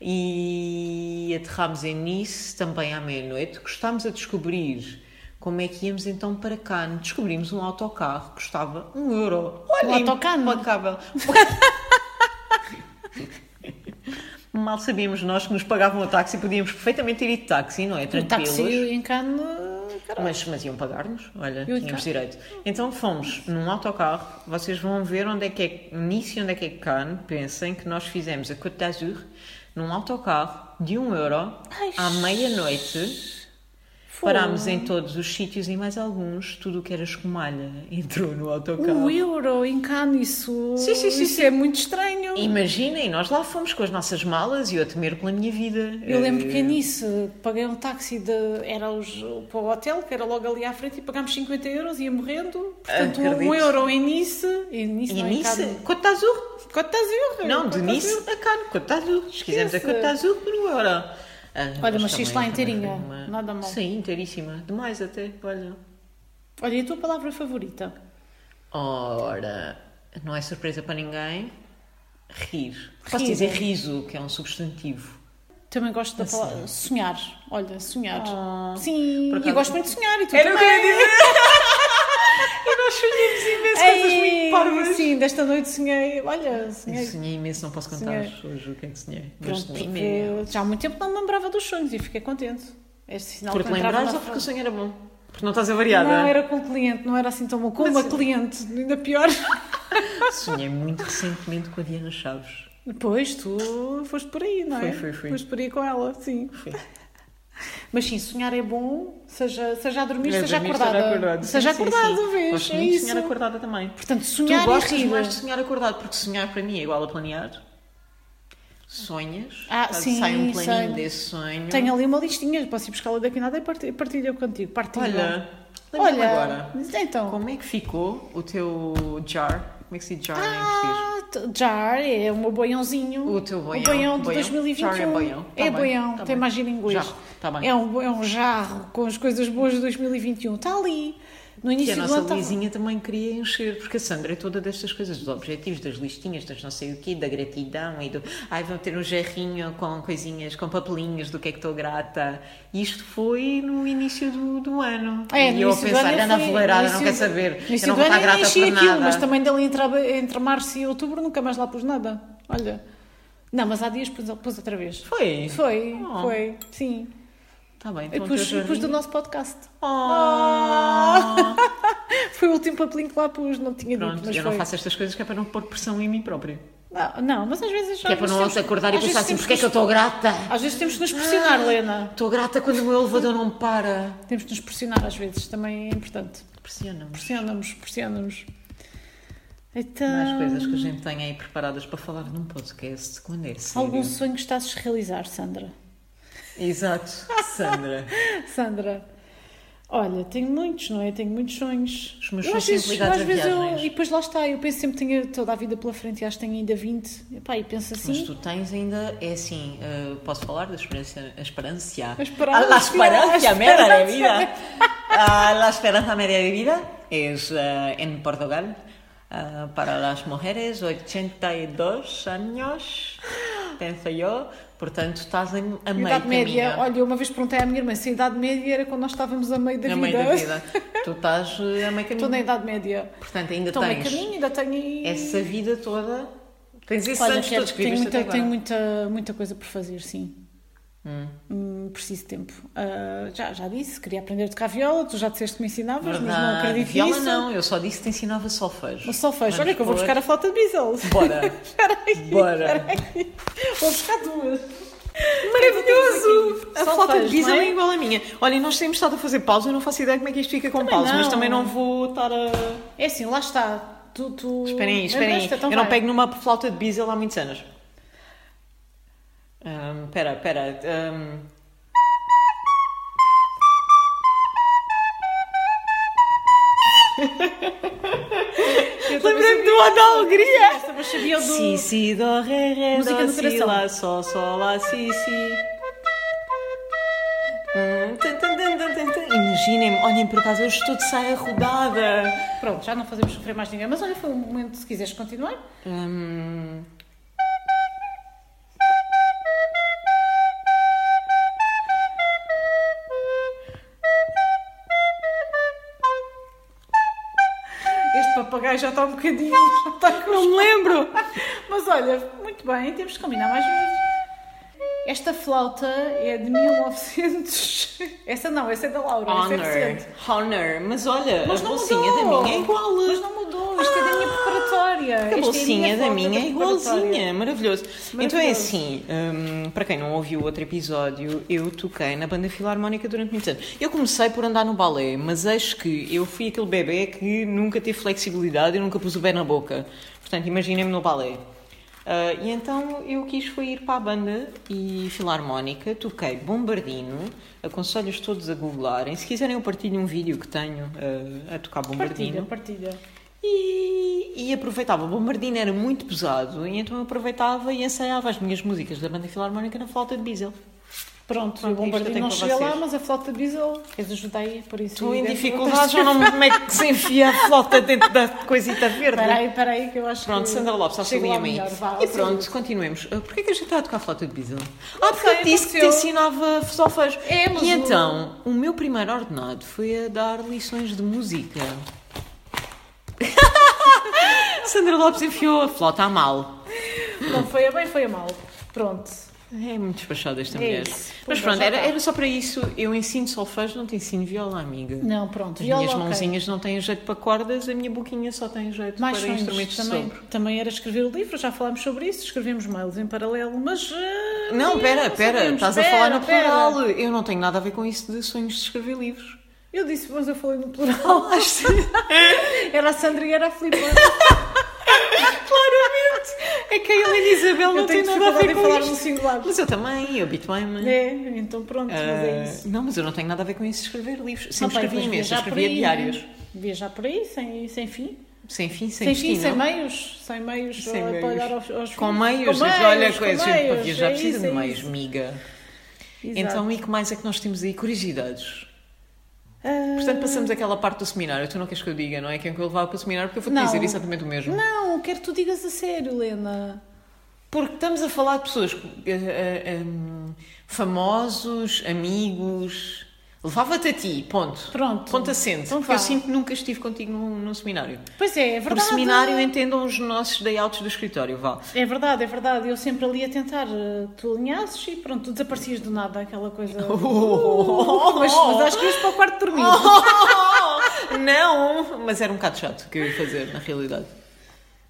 Speaker 1: e aterrámos em Nice também à meia-noite. Gostámos a descobrir como é que íamos então para Cannes. Descobrimos um autocarro que custava um euro. Olha,
Speaker 2: autocarro?
Speaker 1: (laughs) impecável. Mal sabíamos nós que nos pagavam o táxi, podíamos perfeitamente ir de táxi, não é?
Speaker 2: O
Speaker 1: Tranquilos.
Speaker 2: táxi em Cannes, caralho.
Speaker 1: Mas, mas iam pagar-nos, olha,
Speaker 2: Eu e
Speaker 1: tínhamos
Speaker 2: cá.
Speaker 1: direito. Então fomos num autocarro, vocês vão ver onde é que é Nice e onde é que é Cannes, pensem que nós fizemos a Côte d'Azur num autocarro de 1 euro
Speaker 2: Ai,
Speaker 1: à meia-noite.
Speaker 2: Fogo.
Speaker 1: Parámos em todos os sítios e mais alguns, tudo o que era escumalha entrou no autocarro.
Speaker 2: Um euro em Cannes, isso,
Speaker 1: Sim, sim, sim,
Speaker 2: isso é muito estranho.
Speaker 1: Imaginem, nós lá fomos com as nossas malas e eu a temer pela minha vida.
Speaker 2: Eu lembro
Speaker 1: Eh,
Speaker 2: que em Nice paguei um táxi de, era os, para o hotel, que era logo ali à frente, e pagámos 50 euros, ia morrendo. Portanto, um,
Speaker 1: Acredito.
Speaker 2: euro em Nice. Em Nice,
Speaker 1: E
Speaker 2: não, é em
Speaker 1: Nice,
Speaker 2: Cannes.
Speaker 1: Côte d'Azur,
Speaker 2: Quanto estás euros?
Speaker 1: Não, de Nice a Cannes, Côte d'Azur. Se quisermos a Côte d'Azur, por um euro. Ah,
Speaker 2: Olha, mas
Speaker 1: também-
Speaker 2: fiz lá inteirinha,
Speaker 1: também foi
Speaker 2: nada mal.
Speaker 1: Sim, inteiríssima. Demais até, olha.
Speaker 2: Olha, e a tua palavra favorita?
Speaker 1: Ora, não é surpresa para ninguém. Rir. Posso
Speaker 2: Rir.
Speaker 1: dizer riso, que é um substantivo.
Speaker 2: Também gosto da palavra sonhar. Olha, sonhar.
Speaker 1: Oh. Assim. Por
Speaker 2: Sim, e Ah. eu
Speaker 1: acaso-
Speaker 2: gosto muito de sonhar. E tu
Speaker 1: Era o que eu ia
Speaker 2: também.
Speaker 1: É (laughs) E nós sonhamos imenso
Speaker 2: Ei, Sim, desta noite sonhei. Olha, sonhei.
Speaker 1: Sonhei imenso, não posso contar
Speaker 2: Sonhei.
Speaker 1: hoje o que é que sonhei. Mas
Speaker 2: Pronto,
Speaker 1: sonhei
Speaker 2: porque
Speaker 1: imenso.
Speaker 2: já há muito tempo não me lembrava dos sonhos e fiquei contente. Este sinal
Speaker 1: Porque
Speaker 2: que eu entrava
Speaker 1: lembrares
Speaker 2: na
Speaker 1: ou porque o
Speaker 2: frase.
Speaker 1: sonho era bom? Porque não estás avariada.
Speaker 2: Não, era com o cliente, não era assim tão bom. Com
Speaker 1: Mas-
Speaker 2: uma cliente, ainda pior. (laughs)
Speaker 1: é Sonhei muito recentemente com a Diana Chaves.
Speaker 2: Depois tu foste por aí, não
Speaker 1: Fui,
Speaker 2: é?
Speaker 1: fui, fui.
Speaker 2: Foste por aí com ela, sim.
Speaker 1: Fui.
Speaker 2: (laughs) Mas sim, sonhar é bom, seja, seja a dormir,
Speaker 1: É,
Speaker 2: seja
Speaker 1: dormir,
Speaker 2: acordada.
Speaker 1: estar acordado.
Speaker 2: Seja
Speaker 1: Sim, sim,
Speaker 2: acordada,
Speaker 1: sim.
Speaker 2: vês?
Speaker 1: Gosto
Speaker 2: É
Speaker 1: muito de
Speaker 2: isso.
Speaker 1: sonhar acordada também.
Speaker 2: Portanto,
Speaker 1: Tu
Speaker 2: sonhar é e
Speaker 1: gostas
Speaker 2: rir.
Speaker 1: mais de sonhar acordado, porque sonhar para mim é igual a planear. Sonhas,
Speaker 2: Ah,
Speaker 1: faz-
Speaker 2: sim,
Speaker 1: sai um planinho
Speaker 2: sei.
Speaker 1: desse sonho.
Speaker 2: Tenho ali uma listinha, posso ir buscá-la daqui a nada e parti- partilho contigo. Partilho.
Speaker 1: Olha, lembra-me
Speaker 2: Olha,
Speaker 1: agora.
Speaker 2: então.
Speaker 1: Como é que ficou o teu jar? Como é que se diz jar em português?
Speaker 2: Ah, t- jar é o meu boiãozinho.
Speaker 1: O teu
Speaker 2: O
Speaker 1: boião.
Speaker 2: boião de
Speaker 1: Boião.
Speaker 2: 2021.
Speaker 1: Jar é boião. Tá
Speaker 2: é
Speaker 1: bem,
Speaker 2: boião,
Speaker 1: tá
Speaker 2: tem
Speaker 1: bem.
Speaker 2: mais gíria em inglês.
Speaker 1: Jarro, tá bem.
Speaker 2: É, um, é um jarro com as coisas boas de 2021. Está um. Tá ali. No
Speaker 1: Que
Speaker 2: início
Speaker 1: a
Speaker 2: do
Speaker 1: nossa
Speaker 2: ano. tá-
Speaker 1: Lizinha também queria encher, porque a Sandra é toda destas coisas, dos objetivos, das listinhas, das não sei o quê, da gratidão e do. Ai, vão ter um gerrinho com coisinhas, com papelinhos do que é que estou grata. Isto foi no início do, do ano.
Speaker 2: É,
Speaker 1: e
Speaker 2: no
Speaker 1: eu a
Speaker 2: início do ano
Speaker 1: pensar,
Speaker 2: eu
Speaker 1: anda a
Speaker 2: fui-
Speaker 1: fuleirada,
Speaker 2: no
Speaker 1: não
Speaker 2: início-
Speaker 1: quer
Speaker 2: no
Speaker 1: saber.
Speaker 2: início
Speaker 1: Eu não
Speaker 2: do
Speaker 1: vou estar
Speaker 2: ano eu
Speaker 1: grata
Speaker 2: enchi
Speaker 1: por
Speaker 2: aquilo,
Speaker 1: nada.
Speaker 2: mas também dali entre, entre março e outubro nunca mais lá pus nada. Olha. Não, mas há dias pus, pus outra vez.
Speaker 1: Foi.
Speaker 2: Foi,
Speaker 1: Oh.
Speaker 2: foi, sim.
Speaker 1: Tá bem,
Speaker 2: E
Speaker 1: então o
Speaker 2: pus,
Speaker 1: teu
Speaker 2: e pus do
Speaker 1: jardim-
Speaker 2: nosso podcast.
Speaker 1: Oh.
Speaker 2: Foi o último papelinho que lá pus, não tinha dito,
Speaker 1: Pronto,
Speaker 2: mas
Speaker 1: eu
Speaker 2: foi.
Speaker 1: não faço estas coisas que é para não pôr pressão em mim própria.
Speaker 2: Não, Ah, não, mas às vezes
Speaker 1: Que é
Speaker 2: às
Speaker 1: para
Speaker 2: vezes
Speaker 1: não
Speaker 2: temos-
Speaker 1: acordar e
Speaker 2: às vezes
Speaker 1: pensar assim,
Speaker 2: temos
Speaker 1: porque é que eu Ah. estou grata?
Speaker 2: Às vezes temos de nos pressionar, Lena.
Speaker 1: Estou grata quando o meu elevador não para.
Speaker 2: Temos de nos pressionar às vezes, também é importante.
Speaker 1: Impressiona-me.
Speaker 2: Pressionamos, pressionamos. Então,
Speaker 1: Mais coisas que a gente tem aí preparadas para falar num podcast, quando é sério.
Speaker 2: algum sonho que estás a realizar, Sandra?
Speaker 1: Exato, Sandra.
Speaker 2: (laughs) Sandra, olha, tenho muitos, não é? Tenho muitos sonhos.
Speaker 1: Os meus
Speaker 2: Eu
Speaker 1: sonhos
Speaker 2: às vezes,
Speaker 1: sempre ligados
Speaker 2: às
Speaker 1: a
Speaker 2: vezes eu,
Speaker 1: viagens.
Speaker 2: E depois lá está, eu penso sempre que tenho toda a vida pela frente e acho que tenho ainda 20. Epá, e penso assim...
Speaker 1: Mas tu tens ainda, é assim, eh, posso falar da esperança? A esperança.
Speaker 2: A esperança.
Speaker 1: Ah, La esperança,
Speaker 2: A
Speaker 1: merda de
Speaker 2: esperança.
Speaker 1: vida. Ah, la esperanza media de vida es eh, en Portugal. Ah, para las mujeres, 82 anos, penso eu. Portanto, estás em, a meio
Speaker 2: Idade média,
Speaker 1: caminho.
Speaker 2: olha, eu uma vez perguntei à minha irmã se a idade média era quando nós estávamos a meio da
Speaker 1: a
Speaker 2: vida.
Speaker 1: meio da vida. Tu estás eh, a meio
Speaker 2: (laughs) Estou
Speaker 1: caminho.
Speaker 2: na idade média.
Speaker 1: Portanto, ainda
Speaker 2: Estou meio
Speaker 1: tens
Speaker 2: caminho, ainda tenho. aí-
Speaker 1: essa vida toda. Tens esses
Speaker 2: Olha,
Speaker 1: anos
Speaker 2: quero-
Speaker 1: todos que
Speaker 2: tenho
Speaker 1: viveste
Speaker 2: muita,
Speaker 1: até agora.
Speaker 2: tenho muita, muita coisa por fazer, sim. Hum, preciso de tempo. Ah, já, já disse, queria aprender a tocar viola, tu já disseste que me ensinavas, mas não
Speaker 1: Verdade.
Speaker 2: acredito
Speaker 1: Viola
Speaker 2: nisso.
Speaker 1: não, eu só disse que te ensinava solfejo.
Speaker 2: Mas só fez.
Speaker 1: Vamos
Speaker 2: Olha que eu vou
Speaker 1: pôr-
Speaker 2: buscar a flauta de bisel.
Speaker 1: (laughs) Bora.
Speaker 2: (laughs) Espera aí.
Speaker 1: Bora.
Speaker 2: espera aí. Vou buscar duas.
Speaker 1: Maravilhoso! A
Speaker 2: Só
Speaker 1: falta de
Speaker 2: fez, não
Speaker 1: diesel
Speaker 2: é?
Speaker 1: é igual à minha. Olha, nós temos estado a fazer pausa, eu não faço ideia como é que isto fica com pausa, mas
Speaker 2: não.
Speaker 1: também não vou estar a.
Speaker 2: É assim, lá está. Tu, tu...
Speaker 1: Esperem aí, esperem aí.
Speaker 2: Lembraste? Então
Speaker 1: eu não
Speaker 2: vai.
Speaker 1: pego numa flauta de diesel há muitos anos. Ahm, Espera, espera. ahm. Lembrei-me do Onda Alegria!
Speaker 2: Essa, mas sabia do...
Speaker 1: Si, si, do, re, re,
Speaker 2: Música
Speaker 1: do,
Speaker 2: no
Speaker 1: si,
Speaker 2: coração.
Speaker 1: lá, sol, sol, lá, si, si. Hum, tan, tan, tan, tan, tan, tan. Imaginem-me, olhem por acaso, hoje estou de saia rodada.
Speaker 2: Pronto, já não fazemos sofrer mais ninguém, mas olha, foi um momento, se quiseres continuar.
Speaker 1: Hum.
Speaker 2: Este papagaio já está um bocadinho, (laughs) já está com Não me lembro! (laughs) Mas olha, muito bem, temos de combinar mais vezes. Esta flauta é de 1900. (laughs) Essa não, essa é da Laura, essa é
Speaker 1: Honor,
Speaker 2: recente.
Speaker 1: honor. Mas olha,
Speaker 2: Mas
Speaker 1: a
Speaker 2: não
Speaker 1: bolsinha
Speaker 2: mudou.
Speaker 1: da minha é igual. Ah!
Speaker 2: Mas não mudou, isto é da minha preparatória. Esta é
Speaker 1: A bolsinha da
Speaker 2: flauta
Speaker 1: minha é
Speaker 2: preparatória.
Speaker 1: igualzinha, maravilhoso. Então é
Speaker 2: Maravilhoso.
Speaker 1: assim, hum, para quem não ouviu o outro episódio, eu toquei na banda filarmónica durante muitos anos. Eu comecei por andar no balé, mas acho que eu fui aquele bebê que nunca teve flexibilidade, eu nunca pus o pé na boca. Portanto, imaginem-me no balé. Ah, e então eu quis foi ir para a banda e filarmónica, toquei Bombardino, aconselho-os todos a googlarem. Se quiserem eu partilho um vídeo que tenho ah, a tocar Bombardino.
Speaker 2: Partilha, partilha.
Speaker 1: E, e aproveitava, o bombardino era muito pesado, e então eu aproveitava e ensaiava as minhas músicas da Banda Filarmónica na flauta de Bisel.
Speaker 2: Pronto,
Speaker 1: Pronto, é
Speaker 2: o bombardino
Speaker 1: isto eu
Speaker 2: não
Speaker 1: tenho
Speaker 2: chega
Speaker 1: para
Speaker 2: lá,
Speaker 1: vocês.
Speaker 2: mas a flauta de diesel, queres ajudar aí? é Por isso
Speaker 1: Estou em
Speaker 2: dentro.
Speaker 1: dificuldade, já não me meto que se enfia a flauta dentro da coisita verde.
Speaker 2: (laughs) Espera aí, espera aí, que eu acho
Speaker 1: Pronto,
Speaker 2: que.
Speaker 1: Sandra Lopes,
Speaker 2: chego lá
Speaker 1: auxilia-me aí.
Speaker 2: melhor, vá,
Speaker 1: E
Speaker 2: auxilia-me.
Speaker 1: pronto, continuemos. Ah, Porquê que a gente está a tocar a flauta de Bisel? Ah, porque
Speaker 2: sei,
Speaker 1: eu disse que te
Speaker 2: aconteceu.
Speaker 1: ensinava solfejo.
Speaker 2: É, mas
Speaker 1: E
Speaker 2: o-
Speaker 1: então, o meu primeiro ordenado foi a dar lições de música. (laughs) Sandra Lopes enfiou a flauta a mal.
Speaker 2: Não foi a bem, foi a mal. Pronto.
Speaker 1: É muito despachada esta
Speaker 2: É
Speaker 1: mulher.
Speaker 2: isso.
Speaker 1: Mas
Speaker 2: Pumba,
Speaker 1: pronto,
Speaker 2: já
Speaker 1: era,
Speaker 2: tá.
Speaker 1: era só para isso. Eu ensino solfejo, não te ensino viola, amiga.
Speaker 2: Não, pronto.
Speaker 1: As minhas mãozinhas não têm jeito para cordas, a minha boquinha só tem jeito
Speaker 2: Mais
Speaker 1: para instrumentos
Speaker 2: sonhos
Speaker 1: de
Speaker 2: também,
Speaker 1: sopro.
Speaker 2: também era escrever o livro, já falámos sobre isso, escrevemos mails em paralelo, mas. ah,
Speaker 1: Não,
Speaker 2: não
Speaker 1: pera, pera,
Speaker 2: sabemos.
Speaker 1: estás a
Speaker 2: Pera,
Speaker 1: falar no
Speaker 2: pera.
Speaker 1: plural. Eu não tenho nada a ver com isso de sonhos de escrever
Speaker 2: (laughs)
Speaker 1: livros.
Speaker 2: Eu disse, mas eu falei no plural. (laughs) era a Sandra e era a Filipe.
Speaker 1: (laughs) Claramente! É que a Helena Isabel
Speaker 2: Eu
Speaker 1: não tem
Speaker 2: tenho
Speaker 1: nada a
Speaker 2: dificuldade
Speaker 1: ver
Speaker 2: em
Speaker 1: com
Speaker 2: falar no
Speaker 1: isto.
Speaker 2: singular.
Speaker 1: Mas eu também, eu habituei-me.
Speaker 2: É, então pronto, mas é
Speaker 1: Ah,
Speaker 2: isso.
Speaker 1: não, mas eu não tenho nada a ver com isso de escrever livros. Sempre
Speaker 2: Ah, pá,
Speaker 1: escrevia
Speaker 2: mas
Speaker 1: imenso,
Speaker 2: viajar por
Speaker 1: escrevia
Speaker 2: aí,
Speaker 1: diários.
Speaker 2: né? Viajar por aí, sem, sem fim.
Speaker 1: Sem fim, sem,
Speaker 2: Sem, fim,
Speaker 1: destino.
Speaker 2: sem meios. Sem meios
Speaker 1: Sem
Speaker 2: olha,
Speaker 1: meios.
Speaker 2: para olhar aos, aos
Speaker 1: Com
Speaker 2: filhos.
Speaker 1: meios,
Speaker 2: Com
Speaker 1: olha
Speaker 2: meios, com
Speaker 1: coisas para
Speaker 2: meios,
Speaker 1: viajar,
Speaker 2: é
Speaker 1: precisa
Speaker 2: isso,
Speaker 1: de
Speaker 2: é
Speaker 1: meios,
Speaker 2: isso.
Speaker 1: miga.
Speaker 2: Exato.
Speaker 1: Então, e que mais é que nós temos aí? Curiosidades.
Speaker 2: Ah,
Speaker 1: Portanto, passamos aquela parte do seminário. Tu não queres que eu diga, não é? Quem que eu levava para o seminário, porque eu vou-te
Speaker 2: Não.
Speaker 1: dizer exatamente o mesmo.
Speaker 2: Ah, Não, quero que tu digas a sério, Lena.
Speaker 1: Porque estamos a falar de pessoas eh, eh, hum, famosos, amigos. Levava-te a ti, ponto.
Speaker 2: Pronto.
Speaker 1: Ponto assente.
Speaker 2: Então
Speaker 1: porque eu
Speaker 2: vá.
Speaker 1: sinto que nunca estive contigo num, num seminário.
Speaker 2: Pois é, é
Speaker 1: Por
Speaker 2: verdade.
Speaker 1: seminário, entendam os nossos layouts do escritório, vá.
Speaker 2: É verdade, é verdade. Eu sempre ali a tentar, eh, tu alinhasses e pronto, tu desaparecias do nada, aquela coisa. Uh,
Speaker 1: Oh.
Speaker 2: mas, mas acho que ias para o quarto dormir. Oh!
Speaker 1: (laughs) não! Mas era um bocado chato o que eu ia fazer, na realidade.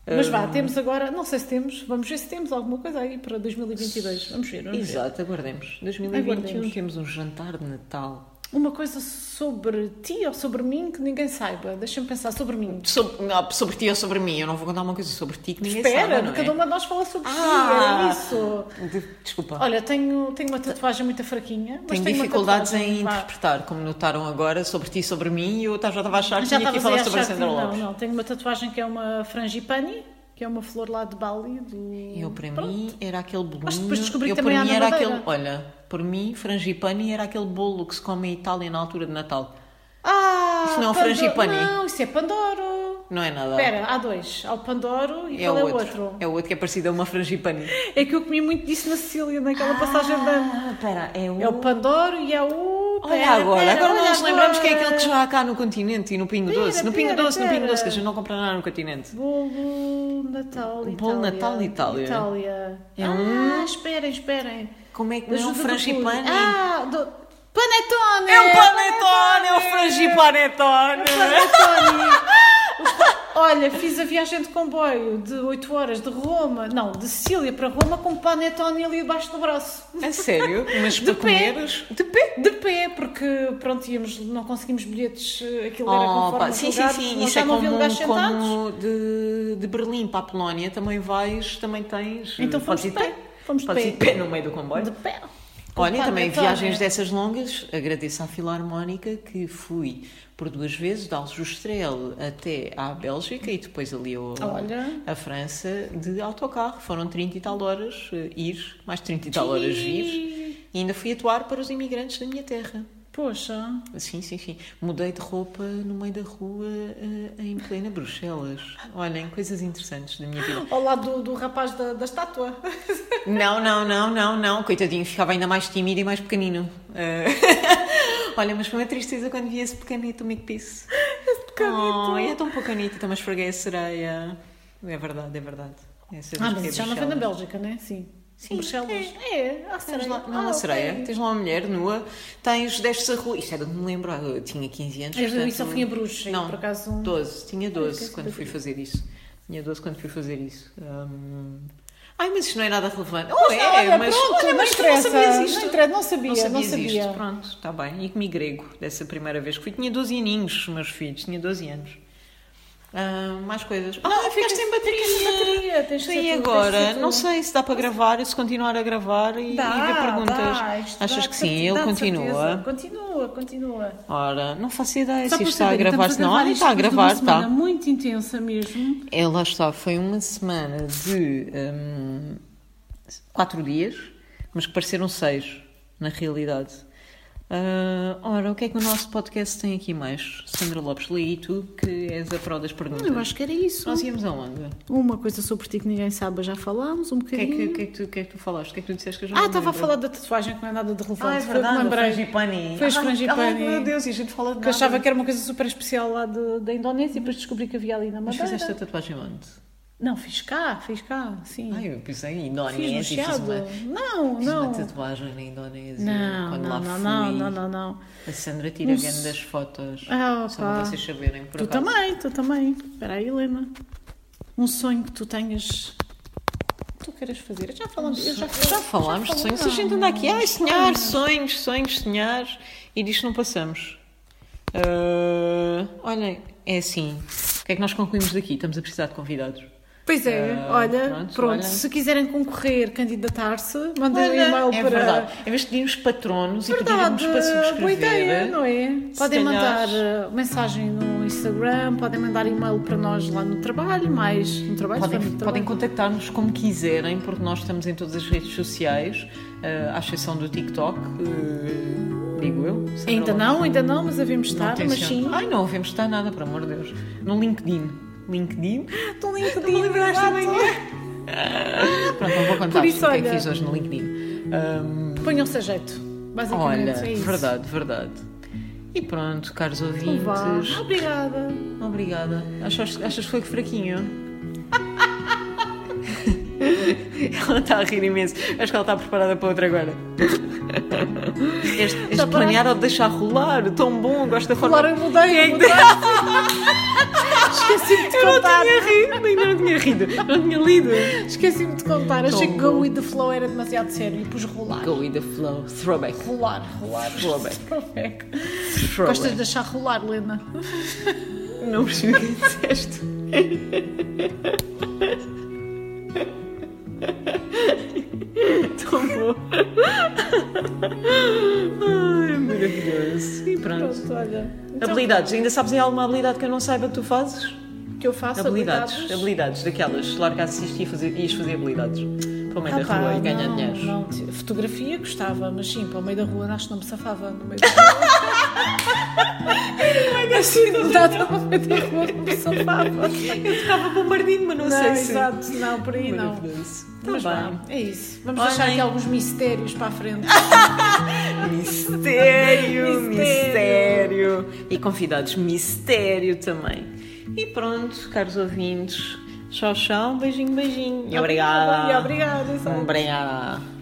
Speaker 2: Mas vá, temos agora, não sei se temos, vamos ver se temos alguma coisa aí para 2022. Vamos ver, vamos ver.
Speaker 1: Exato, aguardemos. 2021
Speaker 2: Aguardemos.
Speaker 1: temos um jantar de Natal.
Speaker 2: Uma coisa sobre ti ou sobre mim que ninguém saiba. Deixa-me pensar sobre mim.
Speaker 1: Sobre, não, sobre ti ou sobre mim, eu não vou contar uma coisa sobre ti que ninguém
Speaker 2: Espera,
Speaker 1: sabe, não
Speaker 2: cada
Speaker 1: é?
Speaker 2: uma de nós fala sobre
Speaker 1: Ah.
Speaker 2: si, era isso.
Speaker 1: De- Desculpa.
Speaker 2: Olha, tenho, tenho uma tatuagem muito fraquinha. Mas
Speaker 1: tenho
Speaker 2: uma
Speaker 1: dificuldades
Speaker 2: tatuagem,
Speaker 1: em
Speaker 2: vá.
Speaker 1: interpretar, como notaram agora, sobre ti e sobre mim, e eu já estava a achar que
Speaker 2: Já
Speaker 1: tinha que
Speaker 2: estava
Speaker 1: falar
Speaker 2: a
Speaker 1: sobre a
Speaker 2: achar que
Speaker 1: Sandra
Speaker 2: não,
Speaker 1: Lopes.
Speaker 2: não. Tenho uma tatuagem que é uma frangipani, que é uma flor lá de Bali. Do...
Speaker 1: Eu, para
Speaker 2: Pronto.
Speaker 1: mim, era aquele bolinho...
Speaker 2: Mas depois descobri
Speaker 1: eu,
Speaker 2: que
Speaker 1: por
Speaker 2: também há
Speaker 1: mim,
Speaker 2: na
Speaker 1: era
Speaker 2: Madeira.
Speaker 1: aquele, Olha, por mim, frangipani era aquele bolo que se come em Itália na altura de Natal.
Speaker 2: Ah,
Speaker 1: Isso não é um
Speaker 2: Pandoro-
Speaker 1: frangipani?
Speaker 2: Não, isso é Pandoro.
Speaker 1: Não é nada.
Speaker 2: Espera, há dois. Há o Pandoro e
Speaker 1: É
Speaker 2: qual
Speaker 1: o
Speaker 2: é o
Speaker 1: outro.
Speaker 2: outro?
Speaker 1: É o outro que é parecido a uma frangipani.
Speaker 2: É que eu comi muito disso na Sicília, naquela passagem de ano.
Speaker 1: Ah, pera, é o...
Speaker 2: É o Pandoro e é o.
Speaker 1: Olha
Speaker 2: Pera,
Speaker 1: agora,
Speaker 2: pera,
Speaker 1: agora
Speaker 2: olha
Speaker 1: nós lembramos que é aquele
Speaker 2: agora.
Speaker 1: que já há cá no continente e no Pingo
Speaker 2: Pera,
Speaker 1: Doce. No Pingo
Speaker 2: pera,
Speaker 1: Doce, no Pingo
Speaker 2: pera.
Speaker 1: Doce, que a gente não compra nada no continente.
Speaker 2: Bolo Natal Itália.
Speaker 1: Bolo Natal, Itália.
Speaker 2: Itália.
Speaker 1: É
Speaker 2: ah,
Speaker 1: um-
Speaker 2: esperem, esperem.
Speaker 1: Como é que não é um
Speaker 2: Ajuda do
Speaker 1: frangipani?
Speaker 2: público. Ah, do... Panetone!
Speaker 1: é um panetone, é um frangipanetone.
Speaker 2: (laughs) Panetone! Olha, fiz a viagem de comboio de 8 horas de Roma, não, de Sicília para Roma com um panetone ali debaixo do braço.
Speaker 1: A sério? Mas
Speaker 2: De
Speaker 1: para
Speaker 2: pé.
Speaker 1: comeres? De pé?
Speaker 2: De pé, porque pronto, íamos, não conseguimos bilhetes, eh, aquilo era
Speaker 1: Oh,
Speaker 2: conforme
Speaker 1: pá,
Speaker 2: os
Speaker 1: sim, sim,
Speaker 2: lugares,
Speaker 1: sim,
Speaker 2: nós
Speaker 1: isso
Speaker 2: já
Speaker 1: é
Speaker 2: não havia
Speaker 1: como,
Speaker 2: lugares sentados.
Speaker 1: como de, de Berlim para a Polónia, também vais, também tens. eh,
Speaker 2: Então
Speaker 1: podes
Speaker 2: fomos
Speaker 1: ir
Speaker 2: de pé. Fomos de
Speaker 1: Podes
Speaker 2: pé.
Speaker 1: ir de pé é? no meio do comboio.
Speaker 2: De pé. Com
Speaker 1: Olha, e também
Speaker 2: panetone.
Speaker 1: viagens dessas longas, agradeço à Filarmónica que fui por duas vezes, de Aljustrel até à Bélgica e depois ali ao,
Speaker 2: Olha.
Speaker 1: a França, de autocarro. Foram 30 e tal horas eh, ir, mais 30 e tal horas vir.
Speaker 2: Ih,
Speaker 1: E ainda fui atuar para os imigrantes da minha terra.
Speaker 2: Poxa.
Speaker 1: Sim, sim, sim. Mudei de roupa no meio da rua eh, em plena Bruxelas. Olhem, coisas interessantes da minha vida.
Speaker 2: Ao lado do, do rapaz da, da estátua.
Speaker 1: Não, não, não, não, não. Coitadinho, ficava ainda mais tímido e mais pequenino. Eh, (laughs) Olha, mas foi uma tristeza quando vi esse pequenito Mick Peace. Esse
Speaker 2: pequenito.
Speaker 1: Oh, é tão pequenito, também esfreguei a sereia. É verdade, é verdade. Essas
Speaker 2: Ah, mas isso já não foi na
Speaker 1: Bruxelas.
Speaker 2: Bélgica, né? Sim.
Speaker 1: Sim,
Speaker 2: Bruxelas. É, há
Speaker 1: Tens
Speaker 2: sereia.
Speaker 1: lá, não,
Speaker 2: Ah,
Speaker 1: na sereia.
Speaker 2: ok.
Speaker 1: Tens lá uma mulher nua, tens, destes a rua. Isto era de me lembro, eu tinha 15 anos.
Speaker 2: Eu
Speaker 1: portanto-
Speaker 2: só fui a Bruxa,
Speaker 1: Não,
Speaker 2: por acaso. um-
Speaker 1: 12, tinha 12
Speaker 2: esqueci
Speaker 1: quando
Speaker 2: de
Speaker 1: fui
Speaker 2: dizer.
Speaker 1: fazer isso. Tinha 12 quando fui fazer isso. Hum. Ai, mas isto não é nada relevante. Oh, é,
Speaker 2: Pois não, olha,
Speaker 1: mas,
Speaker 2: pronto,
Speaker 1: olha, mas
Speaker 2: não
Speaker 1: tu não
Speaker 2: interessa.
Speaker 1: sabias isto.
Speaker 2: Não interessa, não sabia,
Speaker 1: Não sabias
Speaker 2: não sabia.
Speaker 1: isto. Pronto, está bem. E comi grego dessa primeira vez que fui. Tinha 12 aninhos, meus filhos, tinha 12 anos. Ah, mais coisas. Ah, não, ficaste sem bateria.
Speaker 2: sem bateria, um tens de
Speaker 1: Sim,
Speaker 2: ser
Speaker 1: e
Speaker 2: tu, tens de
Speaker 1: agora?
Speaker 2: ser tu.
Speaker 1: Não sei se dá para gravar, se continuar a gravar e,
Speaker 2: Dá,
Speaker 1: e ver perguntas.
Speaker 2: dá, isto dá,
Speaker 1: Achas que
Speaker 2: de
Speaker 1: sim?
Speaker 2: certeza,
Speaker 1: Ele
Speaker 2: dá, de certeza.
Speaker 1: continua.
Speaker 2: Continua, continua.
Speaker 1: Ora, não faço ideia se
Speaker 2: Só para
Speaker 1: isto está a
Speaker 2: saberem,
Speaker 1: gravar,
Speaker 2: estamos
Speaker 1: se não. Ah,
Speaker 2: isto
Speaker 1: está a
Speaker 2: depois de
Speaker 1: gravar,
Speaker 2: uma semana
Speaker 1: está.
Speaker 2: muito intensa mesmo.
Speaker 1: É, lá está, foi uma semana de hum, quatro dias, mas que pareceram seis, na realidade. Ah, ora, o que é que o nosso podcast tem aqui mais? Sandra Lopes, lê aí tu, que és a pró das perguntas.
Speaker 2: Eu acho que era isso.
Speaker 1: Nós íamos aonde?
Speaker 2: Uma coisa sobre ti que ninguém sabe, já falámos um
Speaker 1: O que, é que,
Speaker 2: bocadinho.
Speaker 1: o que é que tu, o que é que tu falaste? O que é que tu disseste que eu já
Speaker 2: Ah,
Speaker 1: não
Speaker 2: estava a
Speaker 1: lembro?
Speaker 2: falar da tatuagem que não é nada de relevante.
Speaker 1: Ah, é
Speaker 2: Foi o que
Speaker 1: verdade,
Speaker 2: me
Speaker 1: o
Speaker 2: lembrei.
Speaker 1: frangipani.
Speaker 2: Foi os
Speaker 1: Ah,
Speaker 2: frangipani.
Speaker 1: Ai, meu Deus, e a gente fala de
Speaker 2: Que eu
Speaker 1: nada.
Speaker 2: achava que era uma coisa super especial lá de- da Indonésia e depois descobri que havia ali na
Speaker 1: Mas
Speaker 2: Madeira.
Speaker 1: fizeste a tatuagem onde?
Speaker 2: Não, fiz cá, fiz cá, sim.
Speaker 1: Ai, eu pensei em
Speaker 2: fiz no
Speaker 1: Indonésia, fiz
Speaker 2: Chiado.
Speaker 1: uma,
Speaker 2: Não,
Speaker 1: fiz
Speaker 2: não.
Speaker 1: uma tatuagem na Indonésia.
Speaker 2: Não,
Speaker 1: quando
Speaker 2: não,
Speaker 1: lá
Speaker 2: não,
Speaker 1: fui.
Speaker 2: não, não, não, não.
Speaker 1: A Sandra tira
Speaker 2: Não
Speaker 1: grande
Speaker 2: se-
Speaker 1: das fotos.
Speaker 2: Ah,
Speaker 1: Só para
Speaker 2: opá.
Speaker 1: vocês saberem por
Speaker 2: Tu
Speaker 1: acaso.
Speaker 2: também, tu também. Espera aí, Helena. Um sonho que tu tenhas. que Tu queiras fazer. Eu Já falamos. Eu já,
Speaker 1: Já falámos de sonhos, a gente anda aqui, ai sonhar, sonhos, sonhos, sonhar, e disto não passamos. Ah, olhem, é assim, o que é que nós concluímos daqui? Estamos a precisar de convidados.
Speaker 2: Pois é,
Speaker 1: Ah,
Speaker 2: olha,
Speaker 1: pronto,
Speaker 2: pronto,
Speaker 1: olha.
Speaker 2: se quiserem concorrer, candidatar-se, mandem um
Speaker 1: Olha,
Speaker 2: e-mail
Speaker 1: é
Speaker 2: para.
Speaker 1: verdade, em vez de pedirmos patronos e
Speaker 2: Verdade,
Speaker 1: pedirmos para subscrever,
Speaker 2: boa ideia, não é?
Speaker 1: Se
Speaker 2: Podem
Speaker 1: calhar-
Speaker 2: mandar eh, mensagem no Instagram, podem mandar e-mail para nós lá no trabalho, mais no trabalho,
Speaker 1: podem,
Speaker 2: se for no
Speaker 1: podem
Speaker 2: trabalho.
Speaker 1: contactar-nos como quiserem, porque nós estamos em todas as redes sociais, ah, à exceção do TikTok, eh, digo eu. Sandra
Speaker 2: Ainda
Speaker 1: Lopes.
Speaker 2: não, ainda não, mas devemos estar,
Speaker 1: tem
Speaker 2: mas
Speaker 1: senhora.
Speaker 2: sim.
Speaker 1: Ai, não vemos estar nada, por amor de Deus. No LinkedIn. LinkedIn.
Speaker 2: Estou LinkedIn desta manhã.
Speaker 1: Pronto, não vou contar o
Speaker 2: Por
Speaker 1: que
Speaker 2: isso,
Speaker 1: é que
Speaker 2: olha.
Speaker 1: fiz hoje no LinkedIn. Ahm,
Speaker 2: Ponham-se a jeito, basicamente.
Speaker 1: olha,
Speaker 2: é isso.
Speaker 1: verdade, verdade. E pronto, caros
Speaker 2: Então vá.
Speaker 1: ouvintes.
Speaker 2: Obrigada.
Speaker 1: Obrigada. Achas, achas que foi fraquinho? (laughs) ela está a rir imenso. Acho que ela está preparada para outra agora. Este, este
Speaker 2: Está
Speaker 1: planeado de deixar rolar, tão bom, gosto da forma.
Speaker 2: Claro, eu mudei, eu mudei. Esqueci-me de
Speaker 1: Eu não
Speaker 2: contar.
Speaker 1: tinha rido, ainda não tinha rido, não tinha lido.
Speaker 2: Esqueci-me de contar. Achei que
Speaker 1: Toma.
Speaker 2: Go with the Flow era demasiado sério e pus rolar.
Speaker 1: Go with the flow, throwback.
Speaker 2: Rolar, rolar.
Speaker 1: Throwback.
Speaker 2: Perfeito.
Speaker 1: throwback.
Speaker 2: Gostas de deixar rolar, Lena?
Speaker 1: Não percebi o que disseste. Tão bom. Ai, maravilhoso. E pronto.
Speaker 2: Pronto, olha. Então,
Speaker 1: Habilidades. Ainda sabes em alguma habilidade que eu não saiba que tu fazes?
Speaker 2: que eu faço
Speaker 1: Habilidades.
Speaker 2: habilidades.
Speaker 1: Habilidades. Daquelas. Largar assistir e fazer, ias fazer habilidades. Para o meio
Speaker 2: Ah,
Speaker 1: da
Speaker 2: pá,
Speaker 1: rua e ganhar
Speaker 2: não,
Speaker 1: dinheiro.
Speaker 2: não. Fotografia gostava, mas sim, para o meio da rua acho que não me safava. No meio da
Speaker 1: (laughs)
Speaker 2: rua. assim, não dá para o meio da rua, não me safava.
Speaker 1: Eu tocava bombardino, mas não,
Speaker 2: Não,
Speaker 1: sei
Speaker 2: exato, não, por aí
Speaker 1: se.
Speaker 2: não.
Speaker 1: Maravilhoso.
Speaker 2: Mas
Speaker 1: Tá
Speaker 2: vá, é isso. Vamos
Speaker 1: Olhem.
Speaker 2: deixar aqui alguns mistérios para a (laughs) frente.
Speaker 1: Mistério,
Speaker 2: Mistério.
Speaker 1: mistério. E convidados mistério também. E pronto, caros ouvintes. Tchau, tchau. Beijinho, beijinho. E obrigada.
Speaker 2: E obrigada, exato.
Speaker 1: Obrigada.